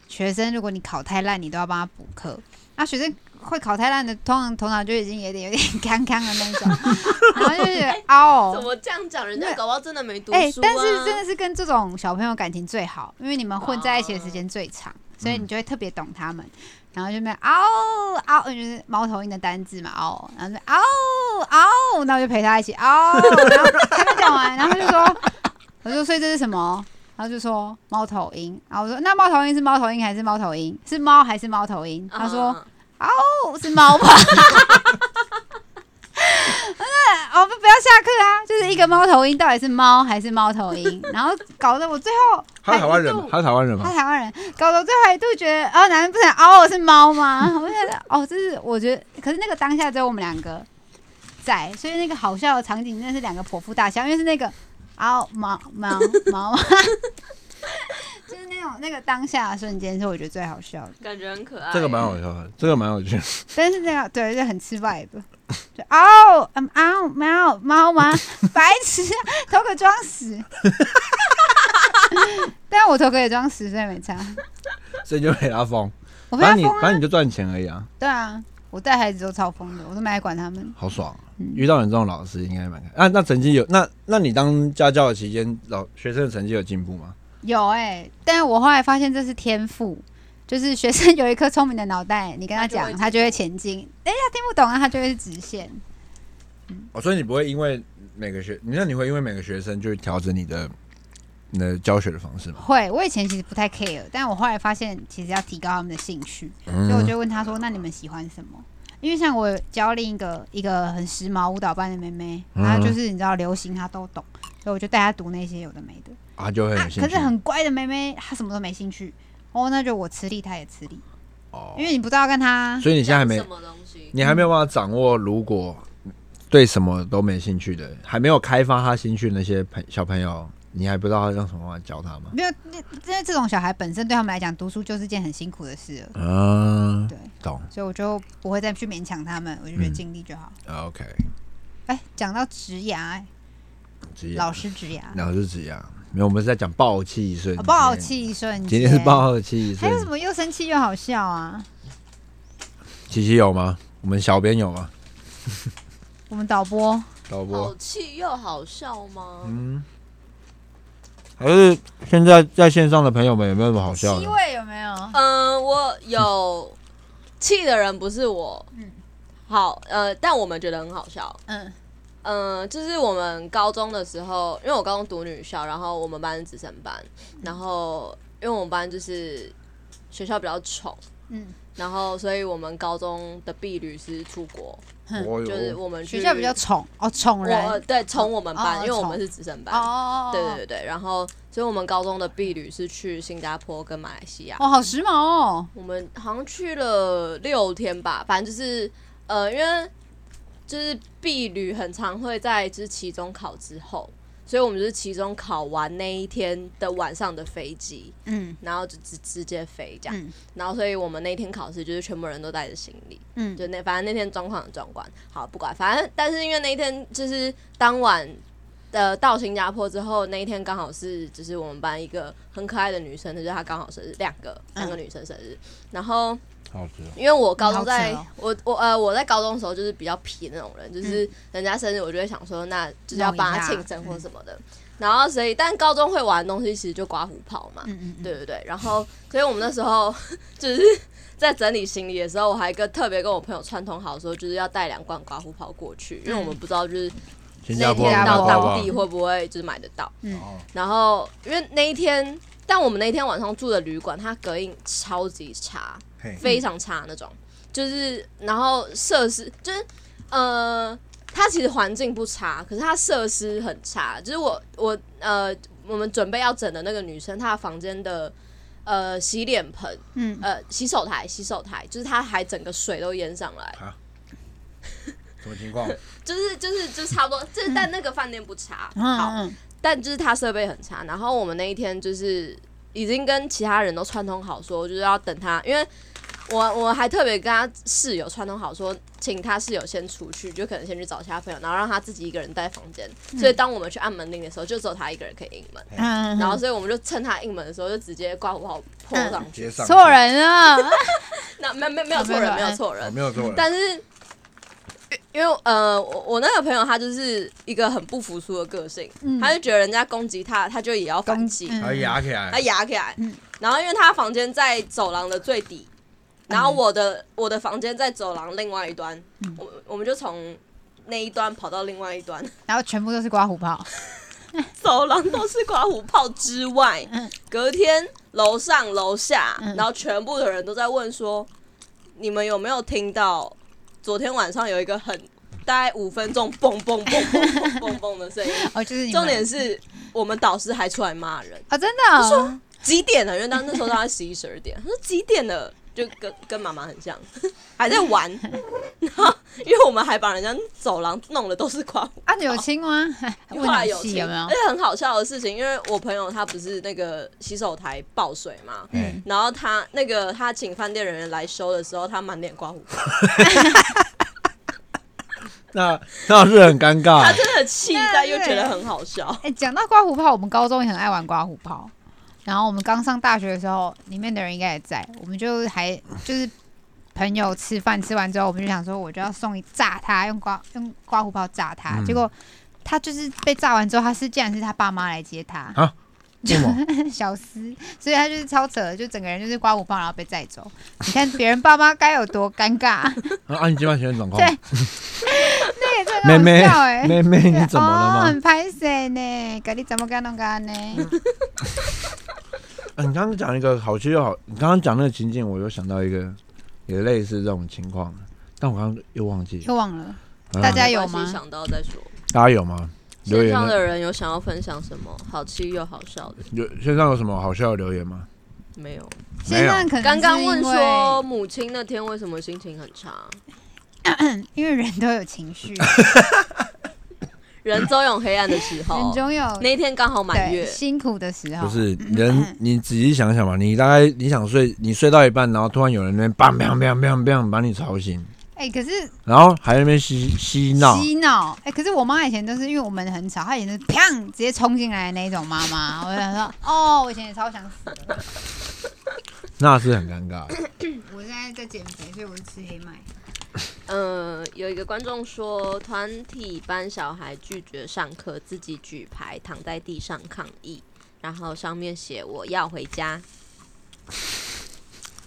[SPEAKER 2] 学生如果你考太烂，你都要帮他补课。那学生会考太烂的，通常头脑就已经有点有点 干干的那种，然后就觉得嗷
[SPEAKER 5] 怎
[SPEAKER 2] 哦。
[SPEAKER 5] 么这样讲？人家
[SPEAKER 2] 那
[SPEAKER 5] 搞不好真的没读
[SPEAKER 2] 哎、
[SPEAKER 5] 书啊！
[SPEAKER 2] 但是真的是跟这种小朋友感情最好，因为你们混在一起的时
[SPEAKER 5] 哦
[SPEAKER 2] 间最长，所以你就会特别懂他们。然后就那边嗷嗷，就是猫头鹰的单字嘛，嗷，然后就嗷嗷，那我就陪他一起嗷，然后还没讲完，然后他就说，我就说所以这是什么？然后就说猫头鹰，然后我说那猫头鹰是猫头鹰还是猫头鹰？是猫还是猫头鹰？他说
[SPEAKER 5] 嗯，
[SPEAKER 2] 哦是猫吧。 那我们不要下课啊！就是一个猫头鹰到底是猫还是猫头鹰，然后搞得我最后
[SPEAKER 4] 他是台湾人
[SPEAKER 2] 还一
[SPEAKER 4] 吗
[SPEAKER 2] 度，
[SPEAKER 4] 他是台湾人
[SPEAKER 2] 他
[SPEAKER 4] 吗？
[SPEAKER 2] 台湾人，搞得我最后还一度觉得，哦，难道不想嗷我是猫吗？ 我就觉得，哦，这是我觉得，可是那个当下只有我们两个在，所以那个好笑的场景真的是两个泼妇大笑，因为是那个哦嗷毛毛毛， 就是那种那个当下的瞬间是我觉得最好笑的，
[SPEAKER 5] 感觉很可爱。
[SPEAKER 4] 这个蛮好笑的，这个蛮有趣的。
[SPEAKER 2] 但是那个对就很吃 vibe。就嗷嗯嗷喵猫吗？ 白痴，头可装死。 但我头可也装死，所以没差。
[SPEAKER 4] 所以就被他封。
[SPEAKER 2] 我被他
[SPEAKER 4] 反正你
[SPEAKER 2] 疯
[SPEAKER 4] 反
[SPEAKER 2] 啊！
[SPEAKER 4] 正你就赚钱而已啊，
[SPEAKER 2] 对啊，我带孩子都超疯的，我都没来管他们。
[SPEAKER 4] 好爽啊、
[SPEAKER 2] 嗯
[SPEAKER 4] 遇到你这种老师应该蛮开。啊，那成绩有那那你当家教的期间，老学生的成绩有进步吗？
[SPEAKER 2] 有哎、但我后来发现这是天赋，就是学生有一颗聪明的脑袋， 你跟他讲，他
[SPEAKER 5] 他
[SPEAKER 2] 就
[SPEAKER 5] 就
[SPEAKER 2] 会
[SPEAKER 5] 会
[SPEAKER 2] 前进。哎、他听不懂啊，他就会是直线。
[SPEAKER 4] 哦，所以你不会因为每个学，那你会因为每个学生就调整你的你的教学的方式吗？
[SPEAKER 2] 会，我以前其实不太 care，但我后来发现其实要提高他们的兴趣，
[SPEAKER 4] 嗯
[SPEAKER 2] 所以我就问他说：“那你们喜欢什么？”因为像我教另一个一个很时髦舞蹈班的妹妹，
[SPEAKER 4] 嗯
[SPEAKER 2] 她就是你知道流行她都懂，所以我就带她读那些有的没的。
[SPEAKER 4] 啊，就会
[SPEAKER 2] 啊
[SPEAKER 4] 很、兴
[SPEAKER 2] 可
[SPEAKER 4] 趣。
[SPEAKER 2] 是很乖的妹妹，她什么都没兴趣。哦，那就我吃力，她也吃力，
[SPEAKER 4] 哦
[SPEAKER 2] 因为你不知道跟她
[SPEAKER 4] 所以你现在还没
[SPEAKER 5] 讲什么东西，
[SPEAKER 4] 你还没有办法掌握，如果对什么都没兴趣的，还没有开发他兴趣的那些朋小朋友，你还不知道用什么方法教他吗？
[SPEAKER 2] 没有，因为这种小孩本身对他们来讲，读书就是件很辛苦的事了，
[SPEAKER 4] 啊，
[SPEAKER 2] 对，
[SPEAKER 4] 懂
[SPEAKER 2] 所以我就不会再去勉强他们，我就觉得
[SPEAKER 4] 嗯
[SPEAKER 2] 尽力就好。
[SPEAKER 4] ，OK，
[SPEAKER 2] 哎、讲到职涯、哎
[SPEAKER 4] 职业
[SPEAKER 2] 老师职涯，
[SPEAKER 4] 老师职业，没有，我们是在讲暴气瞬
[SPEAKER 2] 啊
[SPEAKER 4] 间，
[SPEAKER 2] 暴，气一瞬间，
[SPEAKER 4] 今天是暴气
[SPEAKER 2] 还
[SPEAKER 4] 瞬
[SPEAKER 2] 有什，么又生气又好笑啊？
[SPEAKER 4] 琪琪有吗？我们小编有吗？
[SPEAKER 2] 我们导播
[SPEAKER 4] 导播
[SPEAKER 5] 好，气又好笑吗？
[SPEAKER 4] 嗯，还是现在在线上的朋友们有没有什么好笑的？
[SPEAKER 2] 位有没有？
[SPEAKER 5] 嗯，我有气的人不是我，
[SPEAKER 2] 嗯
[SPEAKER 5] 好，呃，但我们觉得很好笑，
[SPEAKER 2] 嗯，
[SPEAKER 5] 嗯、就是我们高中的时候，因为我高中读女校，然后我们班是直升班，
[SPEAKER 2] 嗯
[SPEAKER 5] 然后因为我们班就是学校比较宠，
[SPEAKER 2] 嗯，
[SPEAKER 5] 然后所以我们高中的婢女是出国，
[SPEAKER 4] 我
[SPEAKER 5] 就是我们去
[SPEAKER 2] 学校比较宠哦，宠人
[SPEAKER 5] 我对宠我们班，
[SPEAKER 2] 哦
[SPEAKER 5] 因为我
[SPEAKER 2] 宠
[SPEAKER 5] 们是直升班，
[SPEAKER 2] 哦，
[SPEAKER 5] 对对对对，然后所以我们高中的婢女是去新加坡跟马来西亚，
[SPEAKER 2] 哦，好时髦哦，
[SPEAKER 5] 我们好像去了六天吧，反正就是呃，因为就是婢旅很常会在就是期中考之后，所以我们就是期中考完那一天的晚上的飞机，
[SPEAKER 2] 嗯
[SPEAKER 5] 然后就直直接飞这样。
[SPEAKER 2] 嗯
[SPEAKER 5] 然后所以我们那天考试就是全部人都带着行李，
[SPEAKER 2] 嗯，
[SPEAKER 5] 就那反正那天状况很壮观，好不管，反正但是因为那一天就是当晚的到新加坡之后，那一天刚好是就是我们班一个很可爱的女生，就是她刚好生日，两个两个女生生日，然后
[SPEAKER 4] 好吃哦。
[SPEAKER 5] 因为我高中在、
[SPEAKER 2] 嗯你好扯哦
[SPEAKER 5] 我我呃我在高中的时候就是比较皮的那种人，
[SPEAKER 2] 嗯
[SPEAKER 5] 就是人家生日我就会想说那就是要帮他庆生或什么的，然后所以但高中会玩的东西其实就刮胡泡嘛，
[SPEAKER 2] 嗯嗯嗯
[SPEAKER 5] 对对对，然后所以我们那时候 就是在整理行李的时候，我还跟特别跟我朋友串通好说就是要带两罐刮胡泡过去，因为我们不知道就是
[SPEAKER 4] 新
[SPEAKER 5] 那
[SPEAKER 4] 加
[SPEAKER 5] 一
[SPEAKER 4] 坡
[SPEAKER 5] 天
[SPEAKER 4] 有没有
[SPEAKER 5] 到
[SPEAKER 4] 刮
[SPEAKER 5] 啊
[SPEAKER 4] 胡
[SPEAKER 5] 当
[SPEAKER 4] 泡
[SPEAKER 5] 地会不会就是买得到。
[SPEAKER 2] 嗯
[SPEAKER 5] 嗯，然后因为那一天，但我们那一天晚上住的旅馆，它隔音超级差
[SPEAKER 4] 嘿，
[SPEAKER 5] 非常差那种，就是然后设施就是呃，它其实环境不差，可是它设施很差。就是我我呃，我们准备要整的那个女生，她的房间的。呃，洗脸盆，
[SPEAKER 2] 嗯，
[SPEAKER 5] 呃，洗手台，洗手台，就是它还整个水都淹上来，
[SPEAKER 4] 什么情况？
[SPEAKER 5] 就是就是就是差不多，就是但那个饭店不差，
[SPEAKER 2] 嗯
[SPEAKER 5] 好，
[SPEAKER 2] 嗯
[SPEAKER 5] 但就是他设备很差。然后我们那一天就是已经跟其他人都串通好说，就是要等他，因为我我还特别跟他室友串通好说，请他室友先出去，就可能先去找其他朋友，然后让他自己一个人待房间。所以当我们去按门铃的时候，就只有他一个人可以应门。
[SPEAKER 2] 嗯嗯，
[SPEAKER 5] 然后，所以我们就趁他应门的时候，就直接挂五号泼上去。
[SPEAKER 4] 接上
[SPEAKER 2] 错人啊，
[SPEAKER 5] 那没没没有错人，没有错
[SPEAKER 4] 哦
[SPEAKER 5] 人，
[SPEAKER 4] 没有错人，
[SPEAKER 5] 但是因因为呃，我我那个朋友他就是一个很不服输的个性，
[SPEAKER 2] 嗯
[SPEAKER 5] 他就觉得人家攻击他，他就也要反击，
[SPEAKER 2] 嗯
[SPEAKER 4] 还压哎起
[SPEAKER 5] 他
[SPEAKER 4] 来，
[SPEAKER 5] 压起来。
[SPEAKER 2] 嗯
[SPEAKER 5] 然后因为他房间在走廊的最底，然后我的、我的房间在走廊另外一端，
[SPEAKER 2] 嗯
[SPEAKER 5] 我我们就从那一端跑到另外一端，
[SPEAKER 2] 然后全部都是刮胡泡，
[SPEAKER 5] 走廊都是刮胡泡之外，
[SPEAKER 2] 嗯
[SPEAKER 5] 隔天楼上楼下，
[SPEAKER 2] 嗯
[SPEAKER 5] 然后全部的人都在问说，你们有没有听到昨天晚上有一个很大概五分钟嘣嘣嘣嘣嘣嘣嘣的声音？
[SPEAKER 2] 哦，就是 你们
[SPEAKER 5] 重点是我们导师还出来骂人，
[SPEAKER 2] 啊，真的哦，
[SPEAKER 5] 几点了？因为当那时候大概十一十二点，他说几点了？就跟跟妈妈很像， 还在 玩，然后因为我们还把人家走廊弄的都是刮胡
[SPEAKER 2] 啊，有亲吗？
[SPEAKER 5] 后
[SPEAKER 2] 问
[SPEAKER 5] 来
[SPEAKER 2] 你
[SPEAKER 5] 有
[SPEAKER 2] 戏
[SPEAKER 5] 亲，
[SPEAKER 2] 有没有
[SPEAKER 5] 而？且很好笑的事情，因为我朋友他不是那个洗手台爆水嘛，
[SPEAKER 2] 嗯
[SPEAKER 4] 哎，
[SPEAKER 5] 然后他那个他请饭店人员来修的时候，他满脸 刮胡，
[SPEAKER 4] 啊那那是很尴
[SPEAKER 5] 他
[SPEAKER 4] 尬，
[SPEAKER 5] 真的气，但又觉得很好 笑。
[SPEAKER 2] 哎，讲到刮胡泡，我们高中也很爱玩刮胡泡。然后我们刚上大学的时候，里面的人应该也在，我们就还就是朋友吃饭吃完之后，我们就想说，我就要送一炸他，用刮用刮胡泡炸他。
[SPEAKER 4] 嗯
[SPEAKER 2] 结果他就是被炸完之后，他是竟然是他爸妈来接他，
[SPEAKER 4] 啊为什么
[SPEAKER 2] 小思，所以他就是超扯的，就整个人就是刮胡泡，然后被载走。你看别人爸妈该有多尴尬，
[SPEAKER 4] 啊啊，你今晚选总 控，
[SPEAKER 2] 对那也真的
[SPEAKER 4] 妹
[SPEAKER 2] 很好笑
[SPEAKER 4] 妹
[SPEAKER 2] 哎、
[SPEAKER 4] 妹妹， 你怎么
[SPEAKER 2] 哦、
[SPEAKER 4] 了吗？
[SPEAKER 2] 很拍谁呢？咖喱怎么干弄干呢？
[SPEAKER 4] 啊你刚刚讲一个好吃又好，你刚刚讲那个情境，我又想到一个也类似这种情况，但我刚刚又忘记，
[SPEAKER 2] 又忘了。
[SPEAKER 4] 啊
[SPEAKER 2] 大家有
[SPEAKER 5] 没关系
[SPEAKER 2] 吗
[SPEAKER 5] 想到再说。
[SPEAKER 4] 大家有吗？留
[SPEAKER 5] 线
[SPEAKER 4] 言
[SPEAKER 5] 上
[SPEAKER 4] 的
[SPEAKER 5] 的人有想要分享什么好气又好笑的？
[SPEAKER 4] 有线上有什么好笑的留言吗？
[SPEAKER 5] 没有。
[SPEAKER 2] 现在可能
[SPEAKER 5] 刚刚
[SPEAKER 2] 是
[SPEAKER 5] 问
[SPEAKER 2] 因为
[SPEAKER 5] 说，母亲那天为什么心情很差？
[SPEAKER 2] 因为人都有情 绪，
[SPEAKER 5] 人都有黑暗的时
[SPEAKER 2] 人
[SPEAKER 5] 候，
[SPEAKER 2] 总有
[SPEAKER 5] 哦那天刚好满
[SPEAKER 2] 对
[SPEAKER 5] 月，
[SPEAKER 2] 辛苦的时候
[SPEAKER 4] 不。是人， 你仔细想想嘛，你大概你想睡，你睡到一半，然后突然有人在那边 bang bang bang bang bang 把你吵醒，
[SPEAKER 2] 哎、可是
[SPEAKER 4] 然后还在那边嬉嬉闹，
[SPEAKER 2] 嬉闹哎，可是我妈以前都是因为我们很吵，她以前是砰直接冲进来的那一种妈妈。 我就想说，哦，我以前也超想死的。
[SPEAKER 4] 那是很尴尬的。
[SPEAKER 2] 我现在在减肥，所以我就吃黑麦。
[SPEAKER 5] 嗯，有一个观众说，团体班小孩拒绝上课，自己举牌躺在地上抗议，然后上面写“我要回家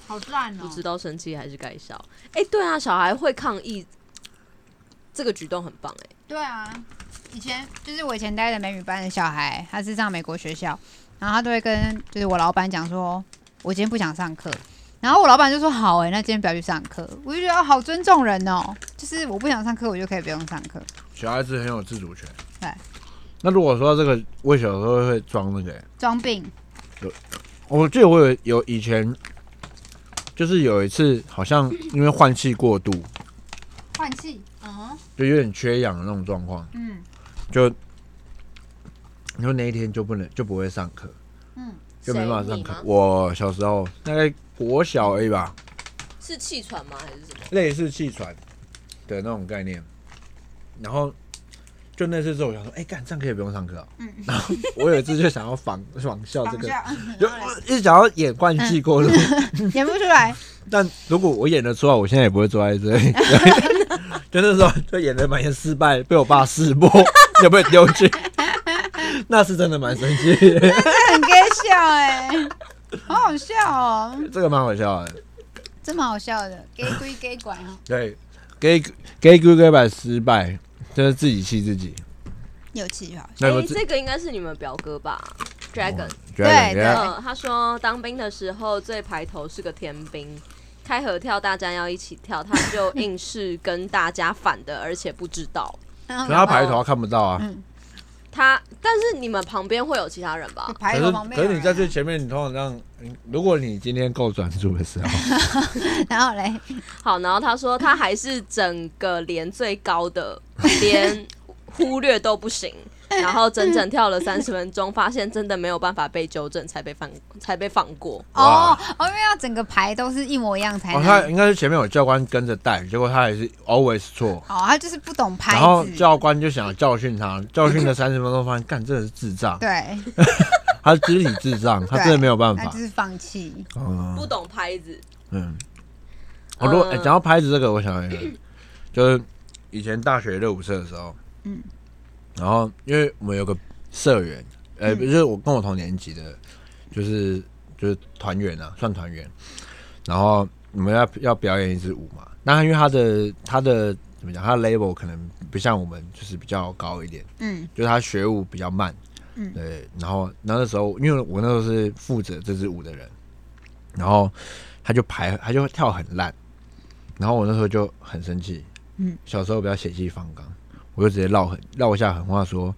[SPEAKER 2] 好烂”，哦
[SPEAKER 5] 不知道生气还是该笑。哎、对啊，小孩会抗议，这个举动很棒哎、
[SPEAKER 2] 对啊，以前就是我以前待的美语班的小孩，他是上美国学校，然后他都会跟就是我老板讲说，我今天不想上课。然后我老板就说好哎、那今天不要去上课。我就觉得哦好尊重人哦，就是我不想上课，我就可以不用上课。
[SPEAKER 4] 小孩子很有自主权。
[SPEAKER 2] 对。
[SPEAKER 4] 那如果说这个，我小时候会装那个、
[SPEAKER 2] 装病，
[SPEAKER 4] 我记得我有有以前，就是有一次好像因为换气过度，
[SPEAKER 2] 换气，嗯
[SPEAKER 4] 就有点缺氧的那种状况，
[SPEAKER 2] 嗯
[SPEAKER 4] 就你说那一天就不能就不会上课，
[SPEAKER 2] 嗯，
[SPEAKER 4] 就没办法
[SPEAKER 5] 谁
[SPEAKER 4] 上
[SPEAKER 5] 你
[SPEAKER 4] 课
[SPEAKER 5] 吗。
[SPEAKER 4] 我小时候大概国小而已吧，
[SPEAKER 5] 是气喘吗？还是什么？
[SPEAKER 4] 类似气喘的那种概念。然后就那次之后，我想说，哎、干这样可以不用上课、哦。
[SPEAKER 2] 嗯
[SPEAKER 4] 然后我有一次就想要仿仿效这
[SPEAKER 2] 仿
[SPEAKER 4] 个，
[SPEAKER 2] 效，
[SPEAKER 4] 就 一直想要演惯气过路。
[SPEAKER 2] 演不出来，
[SPEAKER 4] 但如果我演得出来，我现在也不会坐在 这里。就那时候就演的蛮失败，被我爸识破， 就被丢 去。那是真的蛮生气的，
[SPEAKER 2] 这很搞笑哎、 好好笑哦，
[SPEAKER 4] 这个蛮好笑的。
[SPEAKER 2] 这蛮好笑的，gay 归 gay 管哦，
[SPEAKER 4] 对，给给 g o o g 版失败，就是自己气自己。
[SPEAKER 2] 有气好
[SPEAKER 4] 那
[SPEAKER 5] 哎、
[SPEAKER 4] 个自
[SPEAKER 5] 这个应该是你们表哥吧？Dragon，
[SPEAKER 4] 觉得
[SPEAKER 2] 对
[SPEAKER 4] 人家
[SPEAKER 5] 嗯，他说当兵的时候最排头是个天兵，开合跳大家要一起跳，他就硬是跟大家反的，而且不知道
[SPEAKER 2] 笑，
[SPEAKER 4] 可他排头看不到啊。
[SPEAKER 5] 他。但是你们旁边会有其他人吧？
[SPEAKER 4] 可
[SPEAKER 2] 排
[SPEAKER 4] 是
[SPEAKER 2] 头旁边
[SPEAKER 4] 可
[SPEAKER 2] 有人啊，
[SPEAKER 4] 是你在最前面，你通常让，嗯如果你今天够专注的时候，
[SPEAKER 2] 然后嘞，
[SPEAKER 5] 好，然后他说他还是整个连最高的，连忽略都 不行。然后整整跳了三十分钟，发现真的没有办法被纠正，才被放才被放过。
[SPEAKER 2] 哦
[SPEAKER 4] 哇
[SPEAKER 2] 哦，因为要整个排都是一模一样才
[SPEAKER 4] 哦，
[SPEAKER 2] 能，
[SPEAKER 4] 他应该是前面有教官跟着带，结果他还是 always 错。
[SPEAKER 2] 哦他就是不懂拍
[SPEAKER 4] 然后
[SPEAKER 2] 子，
[SPEAKER 4] 教官就想要教训他，教 训了三十分钟，发现干这个是智障，
[SPEAKER 2] 对，
[SPEAKER 4] 他肢体智障，他真的没有办
[SPEAKER 2] 他
[SPEAKER 4] 法
[SPEAKER 2] 就。是放弃，
[SPEAKER 4] 嗯
[SPEAKER 5] 不懂拍子，
[SPEAKER 4] 嗯，
[SPEAKER 2] 呃
[SPEAKER 4] 我如果
[SPEAKER 5] 嗯
[SPEAKER 4] 哎讲到拍子这个，我想到一个，就是以前大学热舞社的时候，
[SPEAKER 2] 嗯
[SPEAKER 4] 嗯，然后因为我们有个社员，呃，
[SPEAKER 2] 嗯
[SPEAKER 4] 不是我跟我同年级的，就是就是团员啊，算团员，然后我们要要表演一支舞嘛，那因为他的他的怎么讲，他的 level 可能不像我们就是比较高一点。
[SPEAKER 2] 嗯
[SPEAKER 4] 就是他学舞比较慢，
[SPEAKER 2] 嗯
[SPEAKER 4] 对，然后然后那时候因为我那时候是负责这支舞的人，然后他就排他就跳很烂，然后我那时候就很生气，
[SPEAKER 2] 嗯，
[SPEAKER 4] 小时候比较血气方刚，我就直接绕狠绕一下狠话说，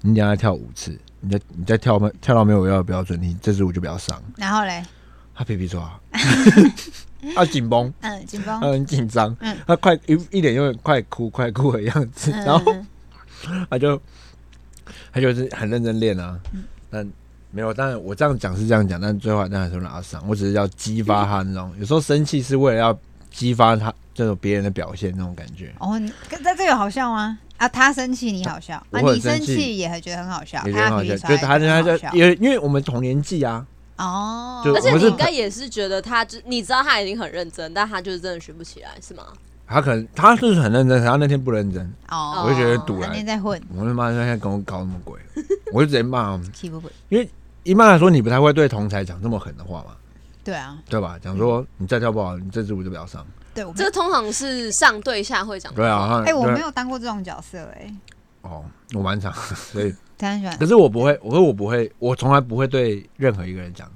[SPEAKER 4] 你等一下跳五次，你再你再跳没跳到没有我要的标准，你这支舞就不要上，
[SPEAKER 2] 然后嘞，
[SPEAKER 4] 他皮皮 抓，他紧绷，
[SPEAKER 2] 嗯，紧绷，
[SPEAKER 4] 他很紧张，
[SPEAKER 2] 嗯
[SPEAKER 4] 他快一一脸有点快哭快哭的样子，
[SPEAKER 2] 嗯
[SPEAKER 4] 然后。
[SPEAKER 2] 嗯
[SPEAKER 4] 他就他就是很认真练啊，
[SPEAKER 2] 嗯
[SPEAKER 4] 但没有，但我这样讲是这样讲，但最后但还是让他上，我只是要激发他那
[SPEAKER 2] 嗯
[SPEAKER 4] 种，有时候生气是为了要激发他这种别人的表现那种感觉，
[SPEAKER 2] 哦，你可在这有好笑吗？啊，他生气你好笑，啊，
[SPEAKER 4] 我很
[SPEAKER 2] 你生
[SPEAKER 4] 生气
[SPEAKER 2] 气也很觉得很好笑，
[SPEAKER 4] 也觉得很好
[SPEAKER 2] 皮皮
[SPEAKER 4] 笑，就是
[SPEAKER 2] 抓
[SPEAKER 4] 他
[SPEAKER 2] 也
[SPEAKER 4] 他
[SPEAKER 2] 觉得
[SPEAKER 4] 就
[SPEAKER 2] 很好笑
[SPEAKER 4] 因为因为我们同年纪啊，
[SPEAKER 2] 哦，
[SPEAKER 4] 就
[SPEAKER 5] 而且
[SPEAKER 4] 我们
[SPEAKER 5] 你
[SPEAKER 4] 是
[SPEAKER 5] 应该也是觉得他，就你知道他已经很认真，但他就是真的学不起来，是吗？
[SPEAKER 4] 他可能他就是很认真，他那天不认真，
[SPEAKER 2] 哦，
[SPEAKER 4] 我就觉得堵
[SPEAKER 2] 那
[SPEAKER 4] 了
[SPEAKER 2] 天，在混
[SPEAKER 4] 我他妈现在跟我搞什么鬼， 我就直接骂他，
[SPEAKER 2] 气不会，
[SPEAKER 4] 一般来说你不太会对同才讲这么狠的话嘛，
[SPEAKER 2] 对啊，
[SPEAKER 4] 对吧？讲说你再跳不好，你这支舞就不要上，
[SPEAKER 2] 对，我没
[SPEAKER 5] 这通常是上对下会讲。
[SPEAKER 4] 对啊，他
[SPEAKER 2] 哎，我
[SPEAKER 4] 对
[SPEAKER 2] 没有当过这种角色哎，
[SPEAKER 4] 哦，我蛮常， 所以。
[SPEAKER 2] 他很喜欢
[SPEAKER 4] 可，是我不会，我会我不会，我从来不会对任何一个人讲，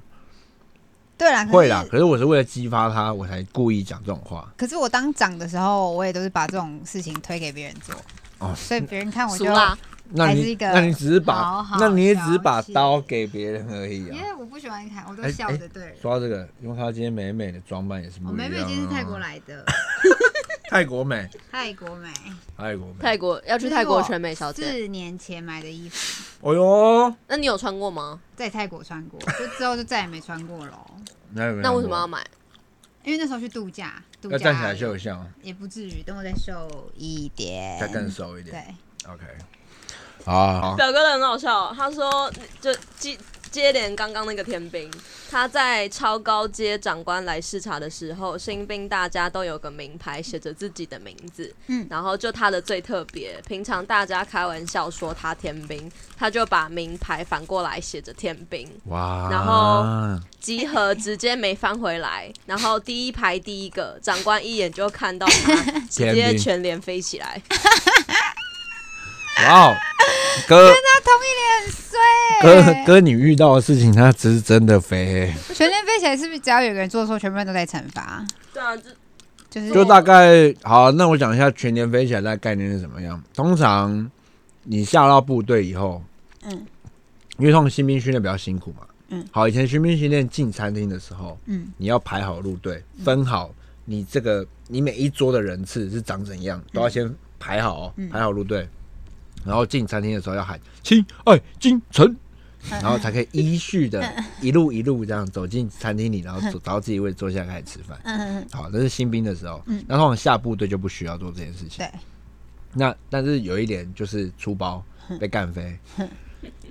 [SPEAKER 2] 对啦，可
[SPEAKER 4] 会
[SPEAKER 2] 是
[SPEAKER 4] 啦。可是我是为了激发他，我才故意讲这种话。
[SPEAKER 2] 可是我当长的时候，我也都是把这种事情推给别人做，
[SPEAKER 4] 哦
[SPEAKER 2] 所以别人看我
[SPEAKER 5] 俗
[SPEAKER 2] 就，
[SPEAKER 5] 啦，
[SPEAKER 4] 那
[SPEAKER 2] 还是一
[SPEAKER 4] 你
[SPEAKER 2] 个
[SPEAKER 4] 那你只是
[SPEAKER 2] 好
[SPEAKER 4] 把
[SPEAKER 2] 好，
[SPEAKER 4] 那你也只是
[SPEAKER 2] 了
[SPEAKER 4] 把
[SPEAKER 2] 解
[SPEAKER 4] 刀给别人而已
[SPEAKER 2] 因
[SPEAKER 4] 啊。
[SPEAKER 2] 为我不喜欢看，我都
[SPEAKER 4] 哎
[SPEAKER 2] 笑
[SPEAKER 4] 哎
[SPEAKER 2] 着对人。
[SPEAKER 4] 说到这个，因为他今天美美的装扮也是不
[SPEAKER 2] 我
[SPEAKER 4] 一
[SPEAKER 2] 妹
[SPEAKER 4] 样、
[SPEAKER 2] 妹
[SPEAKER 4] 啊。
[SPEAKER 2] 哦今天是泰国，来的，
[SPEAKER 4] 泰国美，
[SPEAKER 2] 泰国美，
[SPEAKER 4] 泰国美。
[SPEAKER 5] 泰国要去泰国全美小姐，
[SPEAKER 2] 四年前买的衣服，
[SPEAKER 4] 哦哟，
[SPEAKER 5] 那你有穿过吗？
[SPEAKER 2] 在泰国穿过， 就之后就再也没穿过了，
[SPEAKER 4] 那有没有
[SPEAKER 5] 那为什么要买？
[SPEAKER 2] 因为那时候去度假，度
[SPEAKER 4] 要
[SPEAKER 2] 假
[SPEAKER 4] 站起来秀一下吗？
[SPEAKER 2] 也不至于，等我再瘦一点，
[SPEAKER 4] 再更熟一
[SPEAKER 2] 嗯
[SPEAKER 4] 点。
[SPEAKER 2] 对，
[SPEAKER 4] OK。好啊好啊，
[SPEAKER 5] 表哥的很好笑，他说就接接连刚刚那个天兵，他在超高阶长官来视察的时候，新兵大家都有个名牌，写着自己的名字，
[SPEAKER 2] 嗯
[SPEAKER 5] 然后就他的最特别，平常大家开玩笑说他天兵，他就把名牌反过来写着天兵，
[SPEAKER 4] 哇。
[SPEAKER 5] 然后集合直接没翻回来，然后第一排第一个长官一眼就看到 他，直
[SPEAKER 4] 天
[SPEAKER 5] 接
[SPEAKER 4] 兵
[SPEAKER 5] 全脸飞起来。
[SPEAKER 4] 哇哦，哥
[SPEAKER 2] 那同一脸很衰
[SPEAKER 4] 哥
[SPEAKER 2] 欸，
[SPEAKER 4] 哥，你遇到的事情，他只是真的飞、
[SPEAKER 2] 全脸飞起来是不是只要有个人做错，全部人都在惩罚？
[SPEAKER 5] 对啊，这
[SPEAKER 2] 就是
[SPEAKER 4] 就大概好，那我讲一下全年飞起来的概念是怎么样。通常你下到部队以后，
[SPEAKER 2] 嗯
[SPEAKER 4] 嗯，因为通常新兵训练比较辛苦嘛，
[SPEAKER 2] 嗯
[SPEAKER 4] 嗯，好，以前新兵训练进餐厅的时候，
[SPEAKER 2] 嗯
[SPEAKER 4] 你要排好路队，分好你这
[SPEAKER 2] 嗯
[SPEAKER 4] 个你每一桌的人次是长怎样，都要先排好、哦，排好路队。然后进餐厅的时候要喊“亲哎爱京
[SPEAKER 2] 嗯
[SPEAKER 4] 城”，然后才可以依序的一路一路这样走进餐厅里，然后走找到自己位置坐下开始吃饭。
[SPEAKER 2] 嗯，
[SPEAKER 4] 好，那是新兵的时候，那通常下部队就不需要做这件事情。
[SPEAKER 2] 对，
[SPEAKER 4] 那但是有一点就是出包
[SPEAKER 2] 嗯
[SPEAKER 4] 被干飞，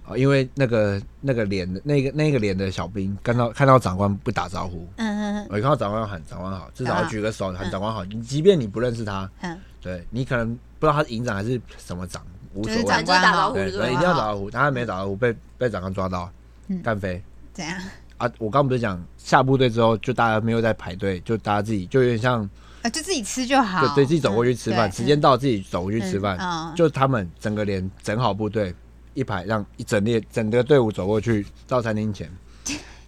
[SPEAKER 4] 哦，因为那个那个连的那个那个连的小兵看到看到长官不打招呼，
[SPEAKER 2] 嗯嗯
[SPEAKER 4] 我一看到长官要喊长官好，至少
[SPEAKER 2] 啊
[SPEAKER 4] 要举个手喊长官好。你即便你不认识他，
[SPEAKER 2] 嗯
[SPEAKER 4] 对你可能不知道他是营长还是什么长，无所
[SPEAKER 2] 就是
[SPEAKER 5] 反
[SPEAKER 4] 谓
[SPEAKER 5] 正。啊就是打招呼
[SPEAKER 4] 对，
[SPEAKER 5] 就
[SPEAKER 4] 所以一定要打招呼，他没打招呼被被长官抓到
[SPEAKER 2] 嗯，
[SPEAKER 4] 干飞
[SPEAKER 2] 怎样？
[SPEAKER 4] 啊！我刚不是讲下部队之后，就大家没有在排队，就大家自己就有点像
[SPEAKER 2] 啊，就自己吃就好，
[SPEAKER 4] 就对自己走过去吃饭，时间到自己走过去
[SPEAKER 2] 去
[SPEAKER 4] 吃饭，
[SPEAKER 2] 嗯，
[SPEAKER 4] 就他们整个连整好部队一排，让一整列整个队伍走过去到餐 厅前，